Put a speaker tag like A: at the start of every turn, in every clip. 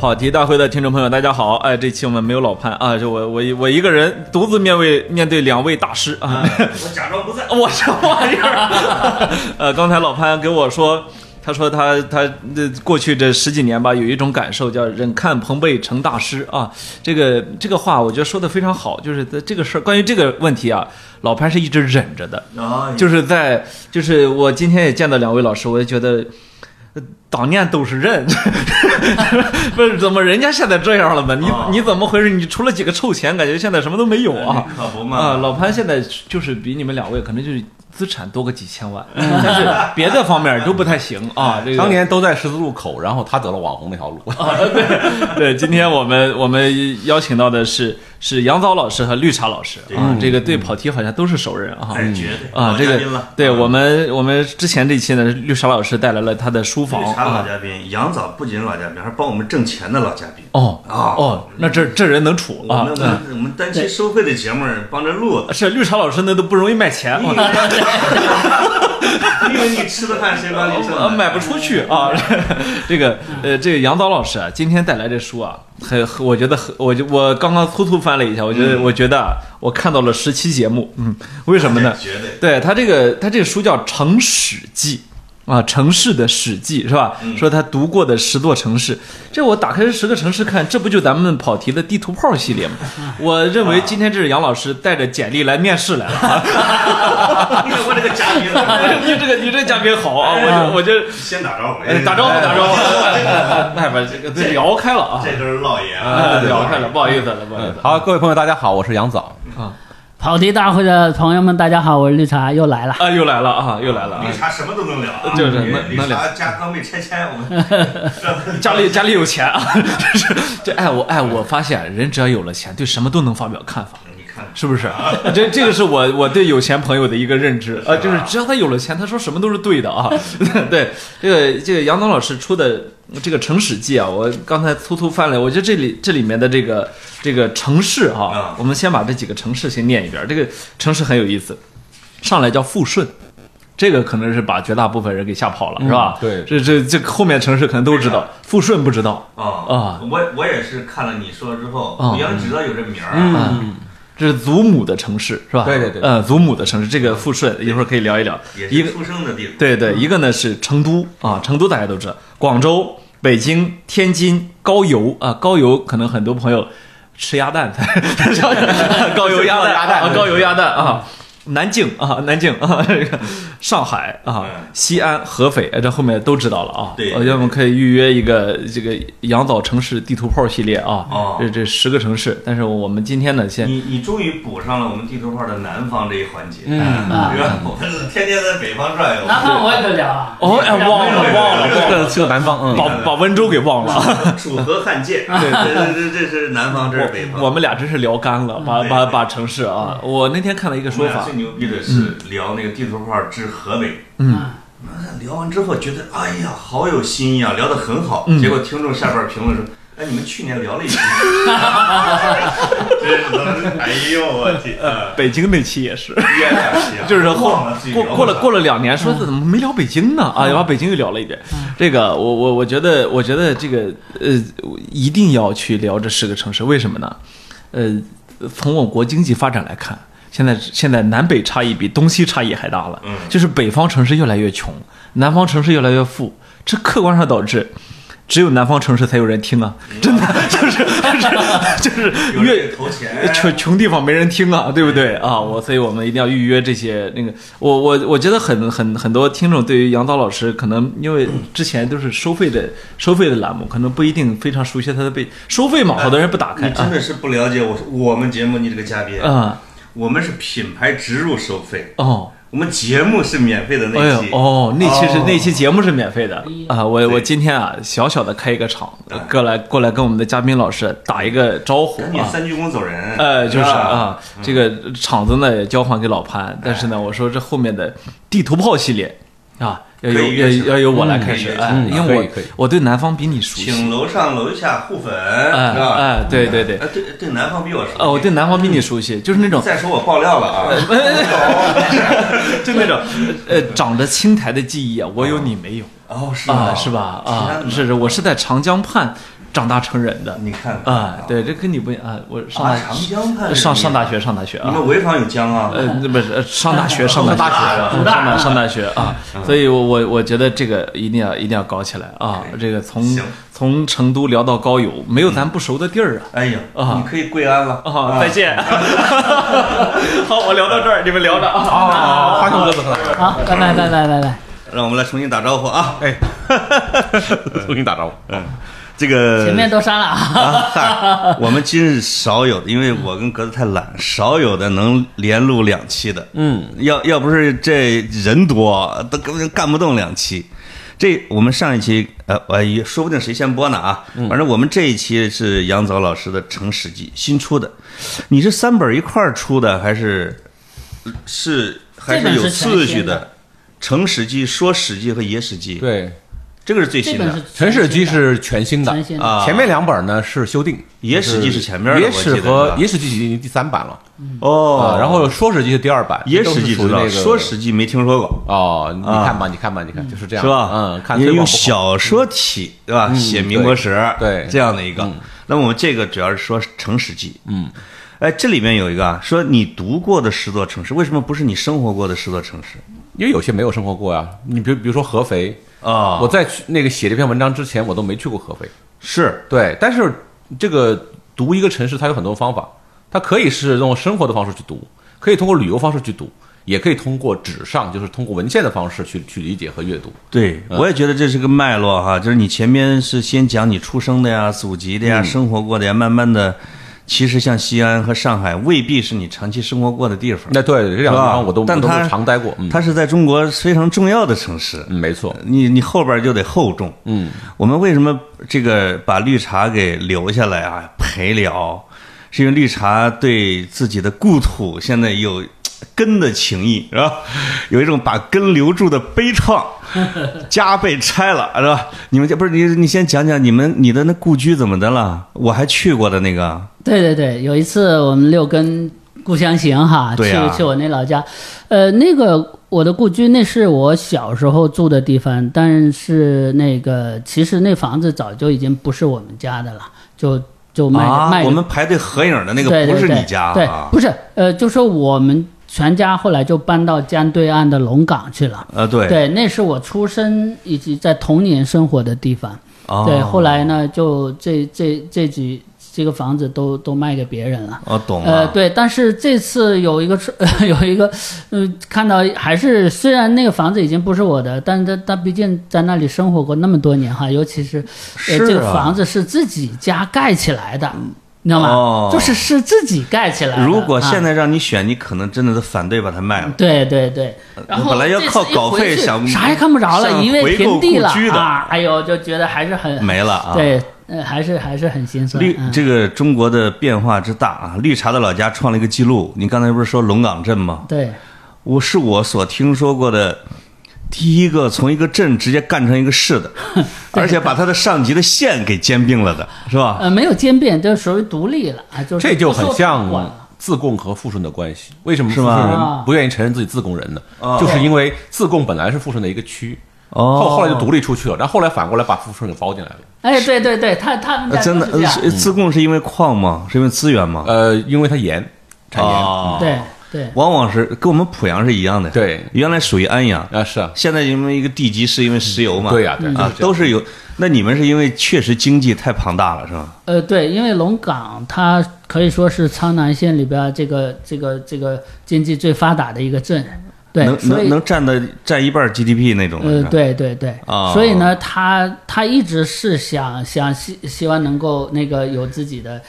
A: 跑题大会的听众朋友，大家好！哎，这期我们没有老潘啊，就我我我一个人独自面对面对两位大师啊，
B: 我假装不在，
A: 我什么玩意儿？ 呃，刚才老潘跟我说，他说他他这过去这十几年吧，有一种感受叫“忍看彭贝成大师”啊，这个这个话我觉得说的非常好，就是在这个事儿关于这个问题啊，老潘是一直忍着的，
B: 啊
A: 就是在就是我今天也见到两位老师，我也觉得。呃当年都是人， 不是怎么人家现在这样了嘛？你
B: 哦
A: 你怎么回事？你除了几个臭钱，感觉现在什么都没有啊！
B: 可不
A: 啊，
B: 嘛，
A: 老潘现在就是比你们两位可能就是资产多个几千万，但是别的方面都不太行啊。这个
C: 当年都在十字路口，然后他走了网红那条路。
A: 对，今天我们我们邀请到的是是杨钊老师和绿茶老师啊，这个对跑题好像都是熟人啊。
B: 哎，绝对
A: 啊，
B: 老
A: 这
B: 嘉
A: 个
B: 宾了，
A: 对
B: 啊
A: 我们我们之前这一期呢，绿茶老师带来了他的书房
B: 绿茶老
A: 啊。
B: 嘉宾，杨早不仅是老嘉宾，还帮我们挣钱的老嘉宾。
A: 哦
B: 啊
A: 哦，那这这人能处
B: 我
A: 啊
B: 们我？们我们单期收费的节目帮着录，
A: 是绿茶老师那都不容易卖钱，
B: 你以
A: 我
B: 为你以为你吃的饭谁管 你挣
A: 呃，
B: 的？
A: 买不出去啊。
B: 嗯
A: 这个呃，这个杨导老师啊，今天带来这书啊，很很我觉得很，我就我刚刚粗粗翻了一下，我觉得、
B: 嗯
A: 我觉得啊我看到了十期节目，嗯，为什么呢？
B: 绝对
A: 对他这个他这个书叫《城史记》。啊，城市的史记是吧？说他读过的十座城市，这我打开这十个城市看，这不就咱们跑题的地图炮系列吗？我认为今天这是杨老师带着简历来面试来了啊。
B: 你看我这个嘉宾，
A: 你这个你这嘉宾好啊，我就我就
B: 先打招呼
A: 哎，，打招呼，打招呼，哎，把这个对聊开了啊，
B: 这就是老爷，
A: 哎聊开了，不好意思了，不好意思。
C: 好，各位朋友，大家好，我是杨早。
D: 跑题大会的朋友们，大家好，我是绿茶，又来了。
A: 啊，又来了啊，又来了啊
B: 绿！茶什么都能聊啊，
A: 就是
B: 绿
A: 能
B: 绿
A: 能聊嗯
B: 茶家刚被拆迁，我们
A: 家里家里有钱啊，这是这哎我哎我发现人只要有了钱，对什么都能发表看法，
B: 你看
A: 是不是？ 这这个是我我对有钱朋友的一个认知啊，就是只要他有了钱，他说什么都是对的啊。 对，这个这个杨东老师出的这个《城史记》啊，我刚才粗粗翻了，我觉得这里这里面的这个这个城市哈、
B: 啊
A: 我们先把这几个城市先念一遍，这个城市很有意思。上来叫富顺，这个可能是把绝大部分人给吓跑了，是吧？
C: 对
A: 这这这后面城市可能都知道，富顺不知道，
B: 啊，我我也是看了你说之后，
A: 啊嗯
B: 我原来只知道有这名儿啊，
C: 嗯
A: 这是祖母的城市，是吧？
C: 对对对
A: 呃，祖母的城市，这个富顺一会儿可以聊一聊。
B: 也
A: 一个
B: 是出生的地方。
A: 对对，一个呢是成都啊，成都大家都知道，广州、北京、天津、高邮啊，高邮可能很多朋友吃鸭蛋， 高邮鸭蛋，
C: 鸭蛋
A: 啊，高邮鸭蛋啊。南京啊，南京啊， 这个上海啊
B: 嗯，
A: 西安、合肥，哎，这后面都知道了啊。
B: 对
A: 呃要么可以预约一个这个杨岛城市地图炮系列啊，
B: 哦
A: 这这十个城市。但是我们今天呢，先
B: 你你终于补上了我们地图炮的南方这一环节，
C: 嗯
A: 啊
B: 哎对吧？我们是天天在北方转悠，
D: 南方我也得聊啊。
A: 哦，哎，忘了忘了，
C: 这个去了南方，
A: 把
C: 嗯，
A: 把温州给忘了。
B: 楚河 汉界，这这这这是南方，这是北方。
A: 我们俩真是聊干了，把
B: 对
A: 把
B: 对
A: 把城市啊！我那天看了一个
B: 我
A: 说
B: 们俩
A: 法
B: 最，牛逼的
A: 嗯
B: 是聊那个地图炮之河北，啊
D: 嗯，
B: 聊完之后觉得哎呀好有新意啊，聊得很好。
A: 嗯
B: 结果听众下边评论说。哎，你们去年聊了 一期，真是当时，哎呦我天，啊
A: 北京那期也是，
B: 冤 大气啊！
A: 就是后
B: 忘了自己
A: 过过了过
B: 了，
A: 了两年，说这怎么没聊北京呢？
B: 嗯
A: 啊，把北京又聊了一遍。这个我我我觉得我觉得这个呃一定要去聊这十个城市，为什么呢？呃，从我国经济发展来看。现在现在南北差异比东西差异还大了，
B: 嗯
A: 就是北方城市越来越穷，南方城市越来越富，这客观上导致只有南方城市才有人听啊，真的 就是就是就是
B: 嗯有
A: 越
B: 人投钱，
A: 穷穷地方没人听
B: 嗯
A: 啊，对不对啊？我所以我们一定要预约这些那个，我我我觉得很很很多听众对于杨刀老师，可能因为之前都是收费的收费的栏目，可能不一定非常熟悉他的背收费嘛，好多人不打开
B: 你真
A: 啊
B: 的是不了解我我们节目你这个嘉宾，
A: 啊
B: 我们是品牌植入收费，
A: 哦。
B: 我们节目是免费的
A: 哎
B: 那
A: 呦
B: 期。
A: 哦，那期是、
B: 哦哎
A: 那期节目是免费的啊！我我
B: 对
A: 今天啊，小小的开一个场
B: 哎，
A: 过来过来跟我们的嘉宾老师打一个招呼
B: 赶紧
A: 啊！
B: 三鞠躬走人。
A: 呃，就是
B: 吧，
A: 啊，这个场子呢也交还给老潘，但是呢，我说这后面的地图炮系列，啊，要
B: 可
A: 由
B: 以约起
A: 要
B: 来
A: 要由我来
B: 嗯
A: 开
B: 可以
A: 始，
B: 约起来
A: 哎，
C: 嗯
A: 因
C: 可以
A: 为
C: 可以
A: 我我对南方比你熟悉，
B: 请楼上楼下互粉，
A: 哎
B: 是吧？
A: 哎，对对对，
B: 哎，对对，南方比我熟。
A: 呃，我对南方比你熟悉，就是那种
B: 再说我爆料了啊！
A: 哎 就哎那种
B: 嗯
A: 呃长着青苔的记忆啊，我有你没有
B: 哦，是
A: 啊，
B: 吗？
A: 是吧？啊
B: 天，哪
A: 是是，我是在长江畔长大成人的
B: 你看看
A: 啊，对，这跟你不一样啊，我上
B: 哦啊，
A: 大
B: 长江畔
A: 上
B: 是
A: 上
B: 你
A: 大学上大学啊，
B: 你们潍坊有江啊？
A: 呃，不是呃上大学，上大学，嗯上
D: 上大
A: 大上大学啊！所以我，我我觉得这个一定要一定要搞起来啊！
B: OK，
A: 这个从
B: 行
A: 从成都聊到高邮，没有咱不熟的地儿啊！
B: 哎呀，
A: 啊
B: 你可以跪安了
A: 啊，再。见！ 好，我聊到这儿，你们聊着啊。
C: 啊，花生哥怎么了？
D: 好，拜拜拜拜拜拜。
B: 让我们来重新打招呼啊！
C: 哎，重新打招呼。嗯，
B: 这个
D: 前面都删了 啊。
B: 啊，嗨，我们今日少有的，因为我跟格子太懒，少有的能连录两期的。
C: 嗯，
B: 要要不是这人多，都根本干不动两期。这我们上一期，呃，呃，也说不定谁先播呢啊。反正我们这一期是杨早老师的《成史记》新出的，你是三本一块儿出的，还是是还是有次序
D: 这本是全新的
B: 的？《成史记》、《说史记》和《野史记》，
C: 对，
B: 这个是最
D: 这
B: 新
D: 本
B: 的。
D: 是
B: 《
C: 陈史记是全新的
D: 全新的
B: 啊
C: 前面两本呢是修订，
B: 野史记是前面的
C: 野
B: 我记得
C: 史
B: 是
C: 和
B: 吧
C: 野史记已经第三版了
B: 哦
C: 啊，，然后说史记是第二版，
B: 野
C: 这都
B: 史
C: 是
B: 记
C: 属于
B: 知
C: 那
B: 道，
C: 个
B: 说史记没听说过，
C: 哦，你
B: 啊
C: 看吧，你看吧，你看，就是这样，
B: 是吧？
C: 嗯，看
B: 也
C: 推广
B: 用
C: 不好
B: 小说体对吧？
C: 嗯
B: 写民国史
C: 对对
B: 这样的一个
C: 嗯。
B: 那么我们这个主要是说成史记，
C: 嗯，
B: 哎，这里面有一个啊，说你读过的十座城市，为什么不是你生活过的十座城市
C: 因为有些没有生活过呀。你比如比如说合肥，
B: 啊
C: 我在去那个写这篇文章之前，我都没去过合肥。
B: 是
C: 对，但是这个读一个城市，它有很多方法，它可以是用生活的方式去读，可以通过旅游方式去读，也可以通过纸上，就是通过文献的方式去去理解和阅读。
B: 对，我也觉得这是个脉络哈，就是你前面是先讲你出生的呀、祖籍的
C: 嗯
B: 呀、生活过的呀，慢慢的，其实像西安和上海未必是你长期生活过的地方。
C: 那对这两个地方我都
B: 是吧
C: 我
B: 但
C: 都
B: 它
C: 是常待过，嗯，
B: 它是在中国非常重要的城市，
C: 嗯没错，
B: 你你后边就得厚重。
C: 嗯，
B: 我们为什么这个把绿茶给留下来啊？陪聊，是因为绿茶对自己的故土现在有根的情谊，是吧？有一种把根留住的悲 怆，家被拆了，是吧？你们家不是你你先讲讲你们你的那故居怎么的了？我还去过的那个，
D: 对对对，有一次我们六根故乡行哈，
B: 对呀
D: 去去我那老家，呃，那个我的故居那是我小时候住的地方，但是那个其实那房子早就已经不是我们家的了，就就卖、
B: 啊
D: 卖，给
B: 我们排队合影的那个
D: 对对
B: 不是
D: 对
B: 你家
D: 对
B: 啊？
D: 不是呃，就说我们全家后来就搬到江对岸的龙岗去了。
B: 呃，对，
D: 对，那是我出生以及在童年生活的地方。
B: 哦
D: 对，后来呢，就这这这几这个房子都都卖给别人了。
B: 我哦懂
D: 呃，
B: 了，
D: 对，但是这次有一个出 有一个，嗯，看到还是虽然那个房子已经不是我的，但是他他毕竟在那里生活过那么多年哈，尤其是呃
B: 是
D: 这个
B: 啊嗯
D: 房子是自己家盖起来的，你知道吗？
B: 哦
D: 就是是自己盖起来的。
B: 如果现
D: 啊、
B: 在让你选，你可能真的是反对把它卖了。
D: 对对对，然
B: 我呃
D: 后
B: 本来要
D: 这次
B: 靠
D: 一
B: 稿
D: 回
B: 费
D: 去
B: 想
D: 啥也看不着了，
B: 上
D: 一
B: 回
D: 为
B: 购
D: 平地
B: 故
D: 了
B: 居的
D: 啊！哎呦，就觉得还是很
B: 没了啊
D: 嗯对，呃，还是还是很心酸。
B: 绿
D: 嗯
B: 这个中国的变化之大啊！绿茶的老家创了一个记录，你刚才不是说龙岗镇吗？
D: 对，
B: 我是我所听说过的第一个从一个镇直接干成一个市的，而且把它的上级的县给兼并了的，是吧？
D: 呃，没有兼并，这属于独立了啊，就是
C: 这就
D: 不受
C: 很
D: 管了
C: 像自贡和富顺的关系。为什么
B: 是
C: 富
B: 吗
C: 顺
D: 啊
C: 人不愿意承认自己自贡人呢？就是因为自贡本来是富顺的一个区，
B: 哦，
C: 后后来就独立出去了，然后后来反过来把富顺给包进来了。
D: 哎，对对对，他他们
B: 呃
D: 家
B: 真的
D: 都是这样，
B: 呃自贡是因为矿吗？是因为资源吗？
C: 呃，因为它盐，产盐，
B: 哦
D: 对对
B: 往往是跟我们濮阳是一样的，
C: 对
B: 原来属于安阳，
C: 啊是啊，
B: 现在因为一个地级是因为石油嘛，
C: 对呀对就是这
B: 啊
C: 样，
B: 都是有。那你们是因为确实经济太庞大了，是吧？
D: 呃对，因为龙岗它可以说是苍南县里边这个这个这个经济最发达的一个镇，对，
B: 能
D: 所
B: 能
D: 以
B: 能占的占一半 GDP 那种的，
D: 呃
B: 是吧，
D: 对对对，
B: 啊
D: 所以呢，他他一直是想想希希望能够那个有自己的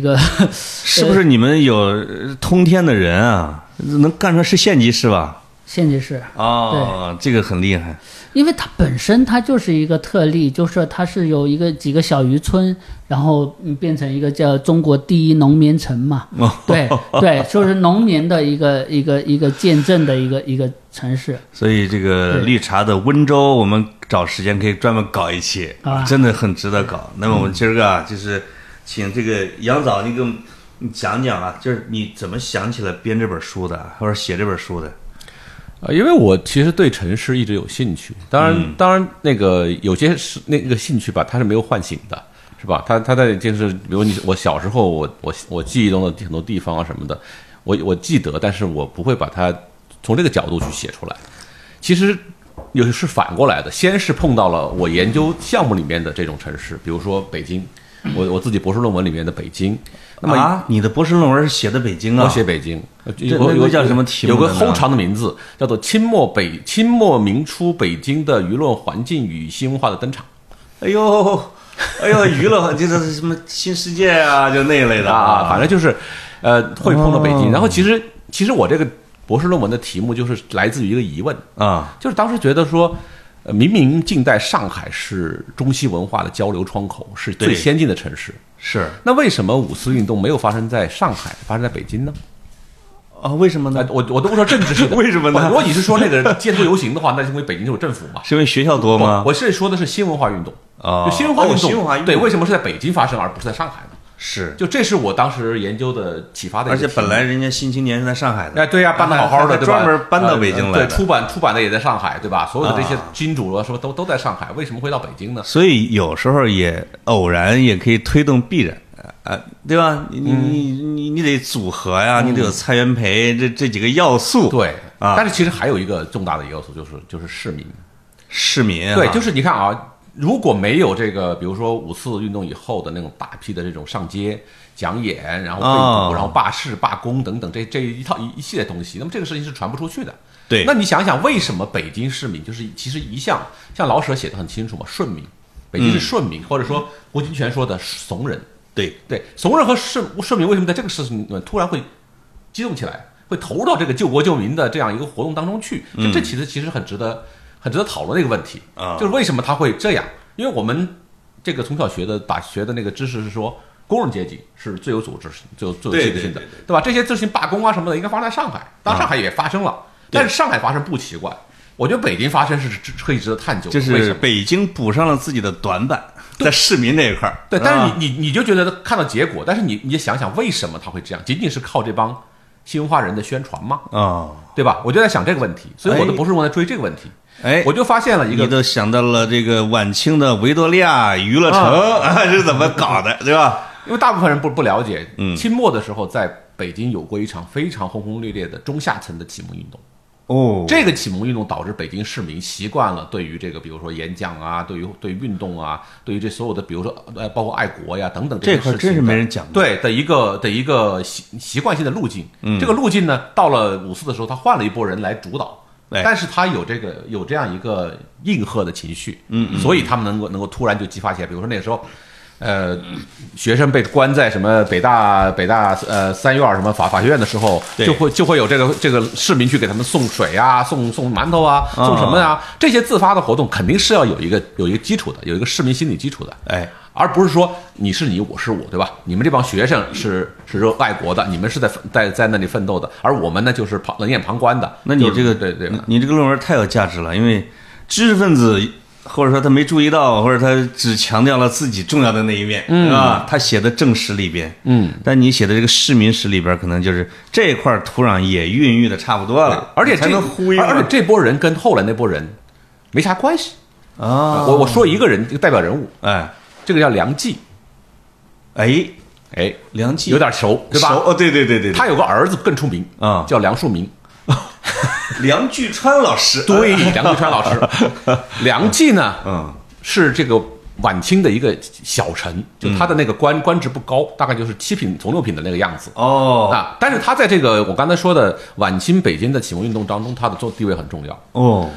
D: 个
B: 是不是你们有呃通天的人啊？能干出来是县级市吧？
D: 县级市，
B: 哦，这个很厉害。
D: 因为它本身它就是一个特例，就是说它是有一个几个小渔村，然后嗯变成一个叫中国第一农民城嘛，对对，就是农民的一个一个一个见证的一个一个城市。
B: 所以这个
D: 对
B: 绿茶的温州，我们找时间可以专门搞一期
D: 好
C: 啊
D: 吧，
B: 真的很值得
C: 嗯
B: 搞。那么我们今儿个啊，就是请这个杨早，你给我们你讲讲啊，就是你怎么想起来编这本书的，或者写这本书的？
C: 呃，因为我其实对城市一直有兴趣，当然，当然那个有些是那个兴趣吧，它是没有唤醒的，是吧？它它在就是比如你我小时候我我我记忆中的很多地方啊什么的，我我记得，但是我不会把它从这个角度去写出来。其实有是反过来的，先是碰到了我研究项目里面的这种城市，比如说北京，我我自己博士论文里面的北京，那么
B: 啊，你的博士论文是写的北京啊？
C: 我写北京，
B: 那
C: 有个
B: 那
C: 有个
B: 叫什么题目
C: 有个
B: 呢
C: 齁长的名字，叫做《清末北清末明初北京的舆论环境与新文化的登场
B: 哎 呦，哎呦，娱乐就是什么新世界啊，就那一类》的
C: 啊，反正就是，呃，会碰到北京。
B: 哦
C: 然后其实其实我这个博士论文的题目就是来自于一个疑问，
B: 啊，
C: 就是当时觉得说，呃明明近代上海是中西文化的交流窗口，是最
B: 对
C: 先进的城市，
B: 是
C: 那为什么五四运动没有发生在上海，发生在北京呢？
B: 啊，为什么
C: 那
B: 呢？
C: 我我都不说政治 性的，
B: 为什么呢
C: 如果你是说那个街头游行的话，那是因为北京就有政府嘛。
B: 是因为学校多吗
C: 我？我是说的是新文化运动，
B: 哦
C: 就新文化运
B: 哦
C: 动，
B: 新文化运动
C: 对，为什么是在北京发生而不是在上海呢？
B: 是，
C: 就这是我当时研究的启发的一
B: 而
C: 个题
B: 且
C: 目，
B: 本来人家新青年是在上海的，
C: 哎，对呀、办的好好的，
B: 还
C: 对吧
B: 专门搬到北京来
C: 呃
B: 的
C: 对，出版出版的也在上海，对吧？所有的这些
B: 啊
C: 金主啊，什么都都在上海，为什么会到北京呢？
B: 所以有时候也偶然也可以推动必然，啊，对吧？你你你
C: 嗯
B: 你你得组合呀，你得有蔡元培这这几个要素，
C: 对，
B: 啊
C: 但是其实还有一个重大的要素，就是就是市民，
B: 市民啊
C: 对，就是你看啊，如果没有这个，比如说五四运动以后的那种大批的这种上街讲演，然后被
B: 哦
C: 捕，然后罢市、罢工等等这这一套一一系列东西，那么这个事情是传不出去的。
B: 对
C: 那你想想，为什么北京市民就是其实一向像老舍写的很清楚嘛，顺民，北
B: 嗯
C: 京是顺民，或者说胡金铨说的怂人，
B: 对
C: 对，怂人和顺顺民为什么在这个事情里面突然会激动起来，会投入到这个救国救民的这样一个活动当中去？就这其实其实很值得很值得讨论的一个问题
B: 嗯啊
C: 就是为什么他会这样？因为我们这个从小学的打学的那个知识是说。工人阶级是最有组织、最有最有
B: 对
C: 纪律性的
B: 对对，啊
C: 对吧？这些事情罢工啊什么的，应该发生在上海，当然上海也发生了，但是上海发生不奇怪，我觉得北京发生是值可以值得探究的。
B: 就
C: 为什
B: 是
C: 么
B: 北京补上了自己的短板，在市民这一块儿，
C: 对，但是
B: 啊
C: 你你你就觉得看到结果，但是你你也想想为什么他会这样？仅仅是靠这帮新文化人的宣传吗？
B: 哦，
C: 对吧？我就在想这个问题，所以我的博士论文在追这个问题，
B: 哎，
C: 我就发现了一
B: 你
C: 个。
B: 都想到了这个晚清的维多利亚娱乐城啊 是怎么搞的，对吧？
C: 因为大部分人不不了解，
B: 嗯
C: 清末的时候在北京有过一场非常轰轰烈烈的中下层的启蒙运动。
B: 哦
C: 这个启蒙运动导致北京市民习惯了对于这个，比如说演讲啊，对于对于运动啊，对于这所有的，比如说呃，包括爱国呀等等
B: 这
C: 些
B: 块
C: 事
B: 儿
C: 情，
B: 真是没人讲过
C: 对的一个的一个习习惯性的路径。这个路径呢，到了五四的时候，他换了一波人来主导。
B: 哎
C: 但是他有这个有这样一个应和的情绪，嗯，所以他们能够能够突然就激发起来。比如说那个时候，呃，学生被关在什么北大北大呃三院儿什么法法学院的时候，
B: 对
C: 就会就会有这个这个市民去给他们送水啊，送送馒头啊，送什么呀、这些自发的活动肯定是要有一个有一个基础的，有一个市民心理基础的。
B: 哎，
C: 而不是说你是你，我是我，对吧？你们这帮学生是是热爱国的，你们是在在在那里奋斗的，而我们呢就是旁冷眼旁观的。
B: 那你
C: 就是
B: 这个
C: 对对吧，
B: 你你这个论文太有价值了，因为知识分子或者说他没注意到，或者他只强调了自己重要的那一面，嗯啊，他写的正史里边，嗯，但你写的这个市民史里边，可能就是这块土壤也孕育的差不多了，
C: 呃而且
B: 才
C: 这
B: 能呼应
C: 而而
B: 啊
C: 且这波人跟后来那波人没啥关系。呃
B: 啊，
C: 我我说一个人，一个代表人物，
B: 哎
C: 这个叫梁冀，
B: 哎，
C: 哎，
B: 梁冀
C: 有点熟，对
B: 熟
C: 吧？
B: 哦，对对对对，对
C: 他有个儿子更出名
B: 啊
C: 叫梁漱溟。
B: 梁巨川老师，
C: 对，呃梁继川 老师，梁冀呢，
B: 嗯，
C: 是这个晚清的一个小臣，就
B: 嗯
C: 他的那个官官职不高，大概就是七品从六品的那个样子。
B: 哦
C: 啊，但是他在这个我刚才说的晚清北京的启蒙运动当中，他的做地位很重要。
B: 哦，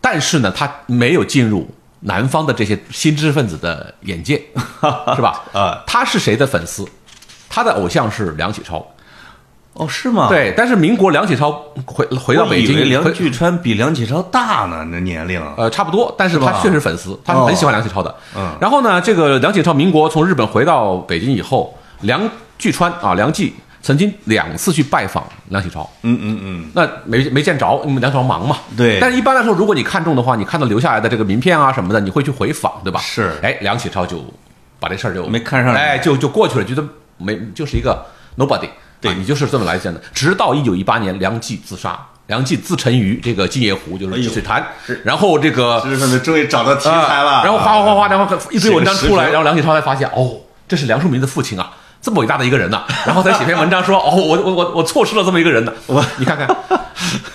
C: 但是呢，他没有进入南方的这些新知识分子的 眼界，是吧？
B: 啊，
C: 他是谁的粉丝？他的偶像是梁启超。
B: 哦，是吗？，
C: 对，但是民国梁启超回回到
B: 我
C: 北
B: 以
C: 京，
B: 为梁
C: 回
B: 巨川比梁启超大呢，那年龄。
C: 呃，差不多，但是
B: 是吧哦
C: 他确实粉丝，他是很喜欢梁启超的。
B: 嗯
C: 然后呢，这个梁启超民国从日本回到北京以后，梁巨川啊，梁冀曾经两次去拜访梁启超，
B: 嗯嗯嗯，
C: 那没没见着，因为梁启超忙嘛。
B: 对
C: 但是一般来说，如果你看中的话，你看到留下来的这个名片啊什么的，你会去回访，对吧？
B: 是
C: 哎，梁启超就把这事儿就
B: 没看上你
C: 哎，就就过去了，觉得没就是一个 nobody。
B: 对
C: 啊你就是这么来讲的。直到一九一八年，梁冀自杀，梁冀自沉于这个金叶湖，就
B: 哎
C: 是
B: 呦
C: 水潭
B: 是，
C: 然后这个
B: 知识分子终于找到题材了。
C: 啊然后哗哗哗哗，然后一堆文章出
B: 写
C: 来，
B: 个十篇
C: 然后梁启超才发现，哦，这是梁漱溟的父亲啊，这么伟大的一个人呐、然后才写篇文章说，哦，我我我我错失了这么一个人呢、我你看看，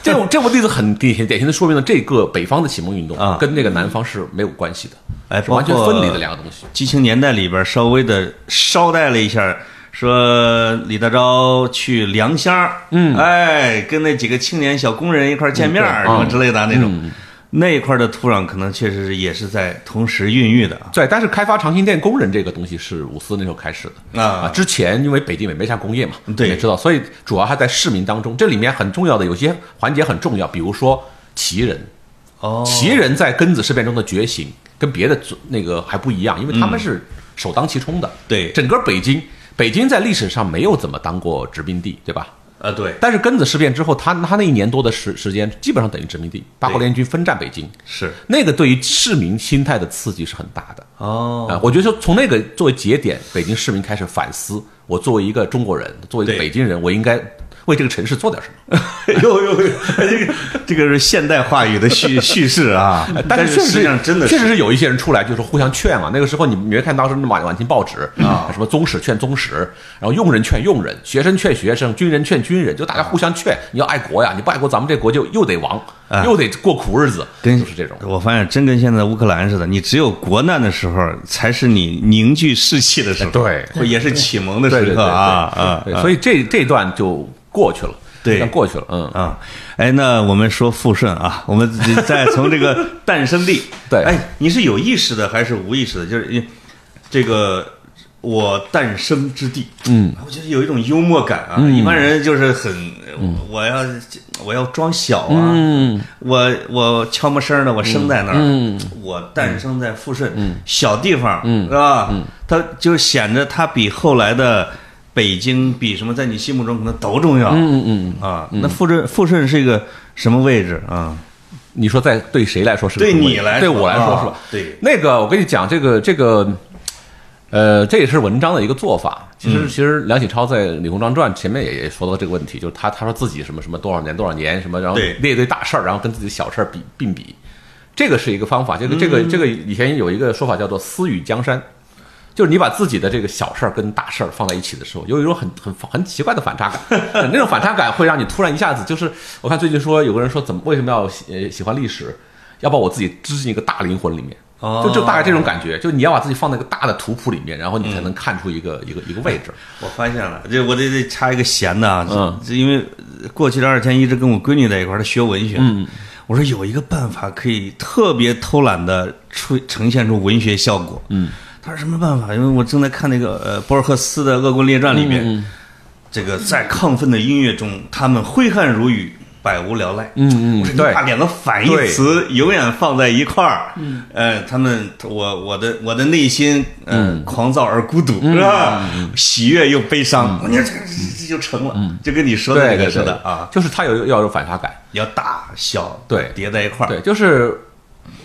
C: 这种这种例子很典型，典型的说明了这个北方的启蒙运动
B: 啊
C: 跟那个南方是没有关系的，
B: 哎
C: 是完全
B: 包括
C: 分离的两个东西。
B: 激情年代里边稍微的捎带了一下，说李大钊去良乡，嗯，哎，跟那几个青年小工人一块儿见面儿
C: 嗯
B: 什
C: 对
B: 么之类的啊那种，那一块儿的土壤可能确实是也是在同时孕育的啊。
C: 对，但是开发长辛店工人这个东西是五四那时候开始的
B: 啊
C: 之前因为北京也没啥工业嘛，
B: 对
C: 你也知道，所以主要还在市民当中。这里面很重要的有些环节很重要，比如说旗人，
B: 哦
C: 旗人在庚子事变中的觉醒跟别的族那个还不一样，因为他们
B: 嗯
C: 是首当其冲的。
B: 对
C: 整个北京，北京在历史上没有怎么当过殖民地，对吧？
B: 啊，对，
C: 但是庚子事变之后，他他那一年多的时时间，基本上等于殖民地。八国联军分占北京，
B: 是
C: 那个对于市民心态的刺激是很大的。
B: 哦，
C: 啊，我觉得说从那个作为节点，北京市民开始反思：我作为一个中国人，作为一个
B: 对
C: 北京人，我应该为这个城市做点什么。
B: 呦呦，呦哎这个这个是现代话语的 叙叙事啊，但
C: 但
B: 是
C: 确
B: 实际上真的
C: 确实是有一些人出来就是互相劝嘛。那个时候你没看当时那晚晚清报纸
B: 啊
C: 什么宗室劝宗室，然后佣人劝佣人，学生劝学生，军人劝军人，就大家互相劝，你要爱国呀，你不爱国咱们这国就又得亡，
B: 哎
C: 又得过苦日子，
B: 跟
C: 就是这种。
B: 我发现真跟现在乌克兰似的，你只有国难的时候，才是你凝聚士气的时候，
C: 哎对
B: 或也是启蒙的
C: 对
B: 时
C: 对
B: 刻
C: 对
B: 啊
C: 对
B: 啊！
C: 对
B: 啊
C: 所以这这段就过去了，
B: 对
C: 这段过去了，嗯，
B: 啊，哎，那我们说富顺啊，我们再从这个 诞生地，
C: 对
B: 哎，你是有意识的还是无意识的？就是因这个我诞生之地，嗯，我觉得有一种幽默感啊，一般人就是很，我要我要装小啊，
C: 嗯，
B: 我我悄没声儿的，我生在那儿，我诞生在富顺，小地方，嗯，是吧？它就显得它比后来的北京，比什么，在你心目中可能都重要，嗯嗯啊。那富顺富顺是一个什么位置啊？
C: 你说在对谁来说是个
B: 对
C: 中国
B: 你
C: 人
B: 来说
C: 对我来说
B: 啊
C: 是吧？
B: 对
C: 那个我跟你讲，这个这个，呃，这也是文章的一个做法。其实、其实梁启超在《李鸿章传》前面也也说到这个问题，就是他他说自己什么什么多少年多少年什么，然后
B: 对
C: 列一堆大事儿，然后跟自己小事儿比并比，这个是一个方法。这个这个这个以前有一个说法叫做“私语江山”。就是你把自己的这个小事儿跟大事儿放在一起的时候，有一种很很很奇怪的反差感，呃那种反差感会让你突然一下子就是，我看最近说有个人说怎么为什么要喜呃喜欢历史，要把我自己支进一个大灵魂里面，
B: 哦
C: 就就大概这种感觉，就你要把自己放在一个大的图谱里面，然后你才能看出一个、一个一个位置。
B: 我发现了，这我得得插一个闲的啊，
C: 嗯
B: 这因为过去这二天一直跟我闺女在一块儿，她学文学，嗯，我说有一个办法可以特别偷懒的出呈现出文学效果，嗯，她说什么办法？因为我正在看那个呃博尔赫斯的《恶棍列传》里面，
C: 嗯
B: 这个在亢奋的音乐中，他们挥汗如雨。百无聊赖，
C: 嗯嗯
B: 我说你
C: 对
B: 把两个反义
C: 对
B: 词永远放在一块儿，嗯，呃，他们，我我的我的内心，嗯，狂躁而孤独，
C: 嗯
B: 是吧？喜悦又悲伤，你看这这就成了，就跟你说的
C: 嗯
B: 那
C: 对
B: 个
C: 对
B: 似
C: 对
B: 的啊，
C: 就是它有要有反差感。
B: 要大小
C: 对
B: 叠在一块儿
C: 对，，就是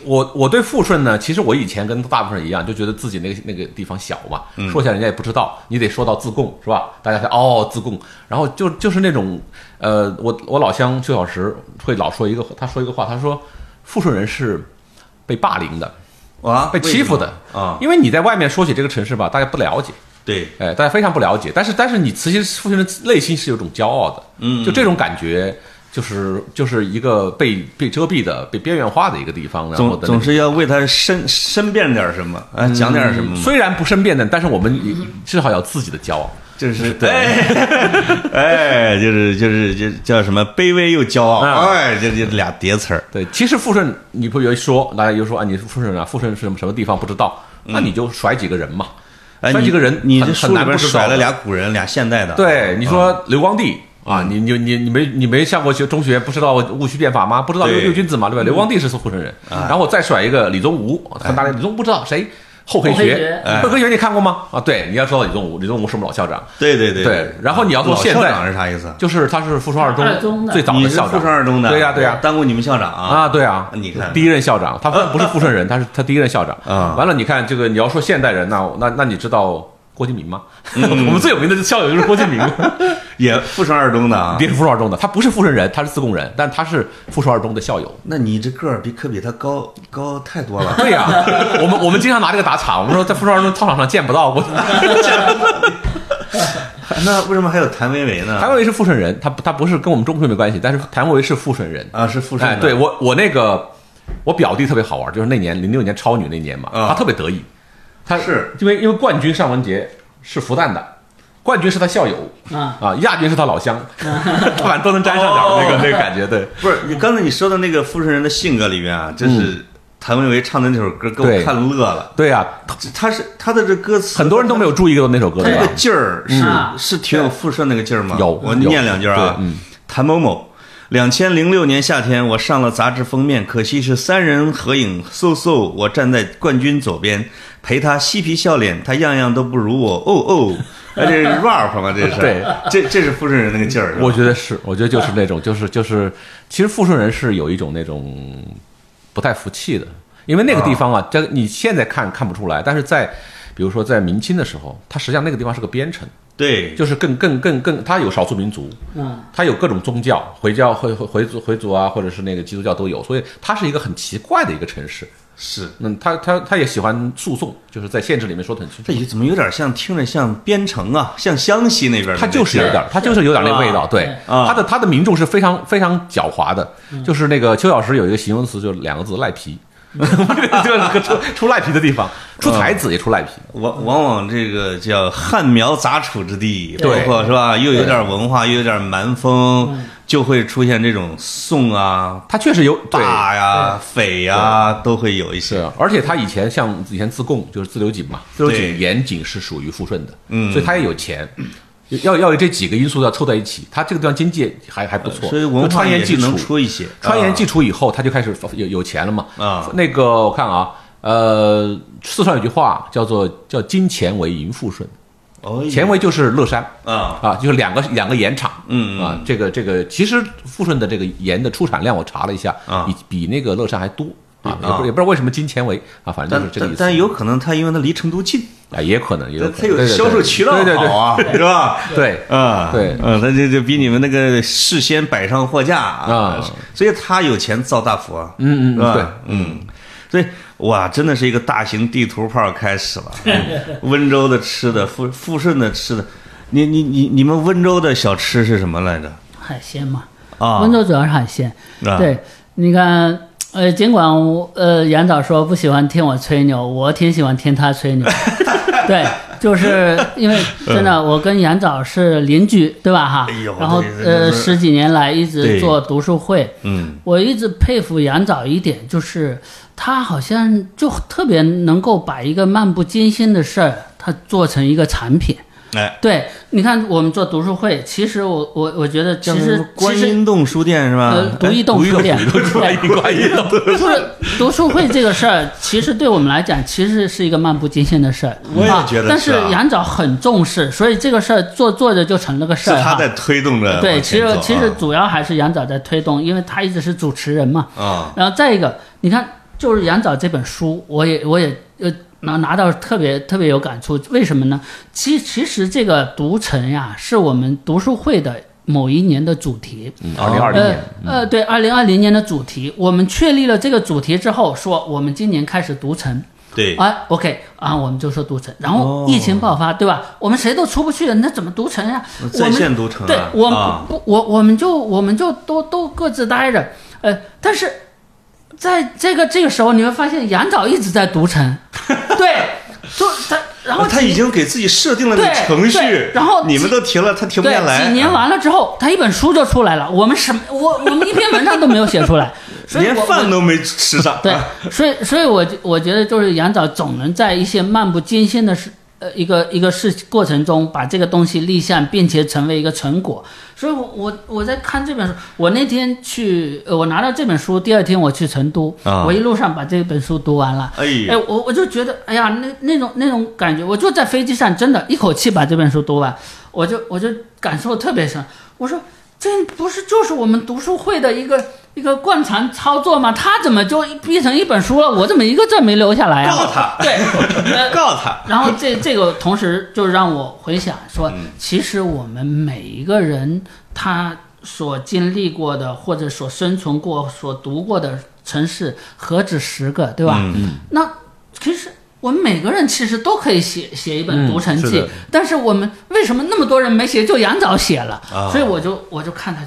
C: 我我对富顺呢，其实我以前跟大部分人一样，就觉得自己那个那个地方小嘛，
B: 嗯
C: 说起来人家也不知道，你得说到自贡是吧？大家说哦自贡，然后就就是那种呃，我我老乡邱小石会老说一个，他说一个话，他说富顺人是被霸凌的，
B: 啊，
C: 被欺负的
B: 为什么啊，
C: 因为你在外面说起这个城市吧，大家不了解。
B: 对，
C: 哎，大家非常不了解，但是但是你其实父亲的内心是有种骄傲的，嗯，就这种感觉，就是就是一个被被遮蔽的、被边缘化的一个地方，然后
B: 总
C: 的那
B: 总
C: 种
B: 是要为他申申辩点什么，啊，讲点什么嘛，
C: 嗯虽然不申辩的，但是我们也
B: 嗯
C: 至少有自己的骄傲，
B: 就是对， 哎，就是就是就叫什么卑微又骄傲，
C: 啊
B: 哎，这这俩叠词儿，
C: 对，其实富顺你不有一说，大家就说啊，你是富顺人啊，富顺是什么什么地方不知道，那你就甩几个人嘛，
B: 嗯哎，
C: 甩
B: 你
C: 几个人，
B: 你
C: 很
B: 这
C: 很
B: 书里
C: 难
B: 边
C: 不知道
B: 甩了
C: 的
B: 俩古人，俩现代的，啊
C: 对，你说刘光第啊，
B: 嗯
C: 你你你你没你没上过学中学，不知道戊戌变法吗？不知道六
B: 对嗯啊
C: 六君子吗？对吧？刘光第是护城人，然后我再甩一个李宗吾，
B: 哎
C: 很大的李宗吾不知道谁。厚黑
D: 厚黑
C: 学
D: 学，
C: 厚黑学你看过吗？啊，对，你要知道李宗吾，李宗吾是我们老校长，
B: 对对对
C: 对然后你要做
B: 老
C: 现
B: 校
C: 在
B: 长是啥意思？
C: 就是他是附中二
D: 二中的
C: 最早
B: 你
C: 的
B: 是
C: 校
B: 附
C: 长，
B: 中二中的，
C: 对呀对呀，
B: 当过你们校长啊？
C: 啊，对啊，
B: 你看
C: 第一任校长，他不是 富顺人，他是他第一任校长
B: 啊
C: 完了，你看这个，你要说现代人那那那你知道郭敬明吗？
B: 嗯
C: 我们最有名的校友就是郭 敬明，
B: 啊也附中二中的啊
C: 也？是富顺二中的，他不是富顺人，他是自贡人，但他是富顺二中的校友。
B: 那你这个儿比可比他高高太多了。
C: 对呀、 我们我们经常拿这个打岔，我们说在富顺二中操场上见不到过。
B: 那为什么还有谭维维呢？
C: 谭维维是富顺人，他不他不是跟我们中顺没关系，但是谭维维是富顺人。
B: 啊，是附中
C: 哎，
B: 的。
C: 对我我那个我表弟特别好玩，就是那年零六年超女那年嘛，
B: 啊
C: 他特别得意，他
B: 是
C: 因为因为冠军尚雯婕是复旦的，冠军是他校友
D: 啊，
C: 啊，亚军是他老乡，他 反正都能沾上点儿那个那个感觉，对
B: 不是你刚才你说的那个附身人的性格里面啊，真是谭维维唱的那首歌给
C: 嗯对
B: 我看乐了。
C: 对呀、
B: 他是他的这歌词，
C: 很多人都没有注意过那首歌，
B: 他
C: 对
B: 那
C: 吧
B: 个？ 劲儿是、
D: 嗯
B: 是挺有附身那个劲儿吗？
C: 啊有
B: 我
C: 有
B: 念两句啊
C: 对。嗯
B: 谭某某，两千零六年夏天，我上了杂志封面，可惜是三人合影。嗖嗖，我站在冠军左边，陪他嬉皮笑脸，他样样都不如我。哦哦， 哎，这是 rap 吗？这是
C: 对，
B: 这这是附身人那个劲儿。是吧
C: 我觉得是，我觉得就是那种，就是就是，其实富顺人是有一种那种不太服气的，因为那个地方啊，这你现在看看不出来，但是在比如说在明清的时候，它实际上那个地方是个边城，
B: 对，
C: 就是更更更更，它有少数民族，
D: 嗯，
C: 它有各种宗教，回教、回回回族、回族啊，或者是那个基督教都有，所以它是一个很奇怪的一个城市。
B: 是。
C: 嗯，他他他也喜欢诉讼，就是在限制里面说的很清
B: 这
C: 楚，
B: 有怎么有点像听着像边城啊，像湘西那边的那个劲儿？
C: 他就是有点，他就是有点那味道。对，
B: 啊
C: 他的他的民众是非常非常狡猾的，就是那个邱小石有一个形容词，就两个字赖皮， 就是个出出赖皮的地方，出才子也出赖皮。
B: 往往往这个叫汉苗杂处之地，包
C: 对嗯
B: 括是吧，又有点文化，又有点蛮风，就会出现这种宋啊、
C: 他确实有对。
B: 霸呀、匪呀，都会有一
C: 是
B: 些。
C: 啊，而且他以前像以前自贡就是自流井嘛，自流
B: 对
C: 井盐井是属于富顺的，
B: 嗯
C: 所以他也有钱，要要有这几个因素要凑在一起，他这个地方经济还还不错，
B: 所以
C: 就
B: 文化
C: 川
B: 也
C: 盐
B: 是
C: 技
B: 能
C: 楚，
B: 出一些，
C: 川
B: 啊
C: 盐技楚以后，他就开始有有钱了嘛，
B: 啊
C: 那个我看啊，呃，四川有句话叫做叫金钱为银富顺，
B: 哦
C: 钱为就是乐山
B: 啊，
C: 啊，就是两个两个盐场，
B: 嗯嗯
C: 啊，这个这个其实富顺的这个盐的出产量我查了一下，
B: 啊
C: 比比那个乐山还多啊，也
B: 啊
C: 不也不知道为什么金钱为啊，反正就
B: 但
C: 是这个意
B: 但
C: 思。
B: 但有可能他因为他离成都近，
C: 啊，也可能也有可
B: 他
C: 能
B: 有
C: 对对
B: 销售
C: 对
B: 渠道
C: 对对对
B: 好啊，是吧？
C: 对
B: 啊，
C: 对
B: 嗯，他就就比你们那个事先摆上货架
C: 啊，
B: 所以他有钱造大福啊，
C: 嗯嗯
B: 是吧？嗯，所以哇，真的是一个大型地图炮开始 了，温州的吃的，富富顺的吃的，你你你你们温州的小吃是什么来着？
D: 海鲜嘛，
B: 啊，
D: 温州主要是海鲜。
B: 啊
D: 对，你看，呃，尽管我呃杨导说不喜欢听我吹牛，我挺喜欢听他吹 牛。对，就是因为真的，我跟杨导是邻居，对吧？哈
B: 嗯哎呦，
D: 然后
B: 这这这
D: 呃，
B: 这
D: 十几年来一
B: 对
D: 直做读书会，
B: 嗯，
D: 我一直佩服杨导一点，就是他好像就特别能够把一个漫不经心的事儿，他做成一个产品。
B: 哎，
D: 对，你看我们做读书会，其实我我我觉得，
B: 叫
D: 其
B: 什
D: 实
B: 么观
D: 其实
B: 音洞书店是吧？哎
D: 呃，独一栋书店，对，
B: 观音洞，
D: 不是读书会这个事儿，其实对我们来讲，其实是一个漫不经心的事儿。
B: 我也
D: 啊
B: 觉得
D: 但
B: 是
D: 是
B: 啊
D: 杨导很重视，所以这个事儿做做着就成了个
B: 是
D: 事儿
B: 他
D: 哈。
B: 在推动着往前走啊。
D: 对，其实其实主要还是杨导在推动，因为他一直是主持人嘛。
B: 啊，
D: 然后再一个，你看，就是杨导这本书，我也我也呃拿拿到特别特别有感触。为什么呢？其其实这个读城呀，是我们读书会的某一年的主题。
B: 啊
C: 二零二零年，嗯
D: 呃，呃对，二零二零年的主题，我们确立了这个主题之后，说我们今年开始读城。
B: 对，
D: 哎，OK 啊，我们就说读城，然
B: 哦
D: 后疫情爆发，对吧？我们谁都出不去，那怎么读城呀、我
B: 在
D: 们
B: 线读城
D: 对
B: 啊，
D: 我们
B: 啊
D: 不，我我们就我们就都都各自待着，呃，但是在这个这个时候，你会发现杨导一直在读城， 对，就他，然后
B: 啊他
D: 几
B: 已经给自己设定了那
D: 对
B: 程序
D: 对，然后
B: 你们都停了，他停不
D: 对，
B: 下来。啊
D: 几年完了之后，他一本书就出来了，我们什么我我们一篇文章都没有写 出来，所以
B: 连
D: 我
B: 饭都没吃上。啊
D: 对，所以所以我就我觉得就是杨导总能在一些漫不经心的事呃一个一个事过程中把这个东西立项，并且成为一个成果。所以我，我我在看这本书，我那天去，呃我拿到这本书，第二天我去成都，
B: 啊
D: 我一路上把这本书读完了。
B: 哎
D: 哎，
B: 呦，
D: 我我就觉得，哎呀，那那种那种感觉，我就在飞机上，真的，一口气把这本书读完，我就我就感受特别深。我说，这不是就是我们读书会的一个一个惯常操作吗？他怎么就逼成一本书了？我怎么一个字没留下来啊？
B: 告他
D: 对， 呃
B: 告他，
D: 然后这这个同时就让我回想说，
C: 嗯
D: 其实我们每一个人他所经历过的，或者所生存过、所读过的城市，何止十个，对
C: 嗯
D: 吧？那其实我们每个人其实都可以写写一本
C: 嗯
D: 《读城
C: 是
D: 记》
C: 的
D: 但是我们为什么那么多人没写，就杨早写了？
B: 啊
D: 所以我就我就看他，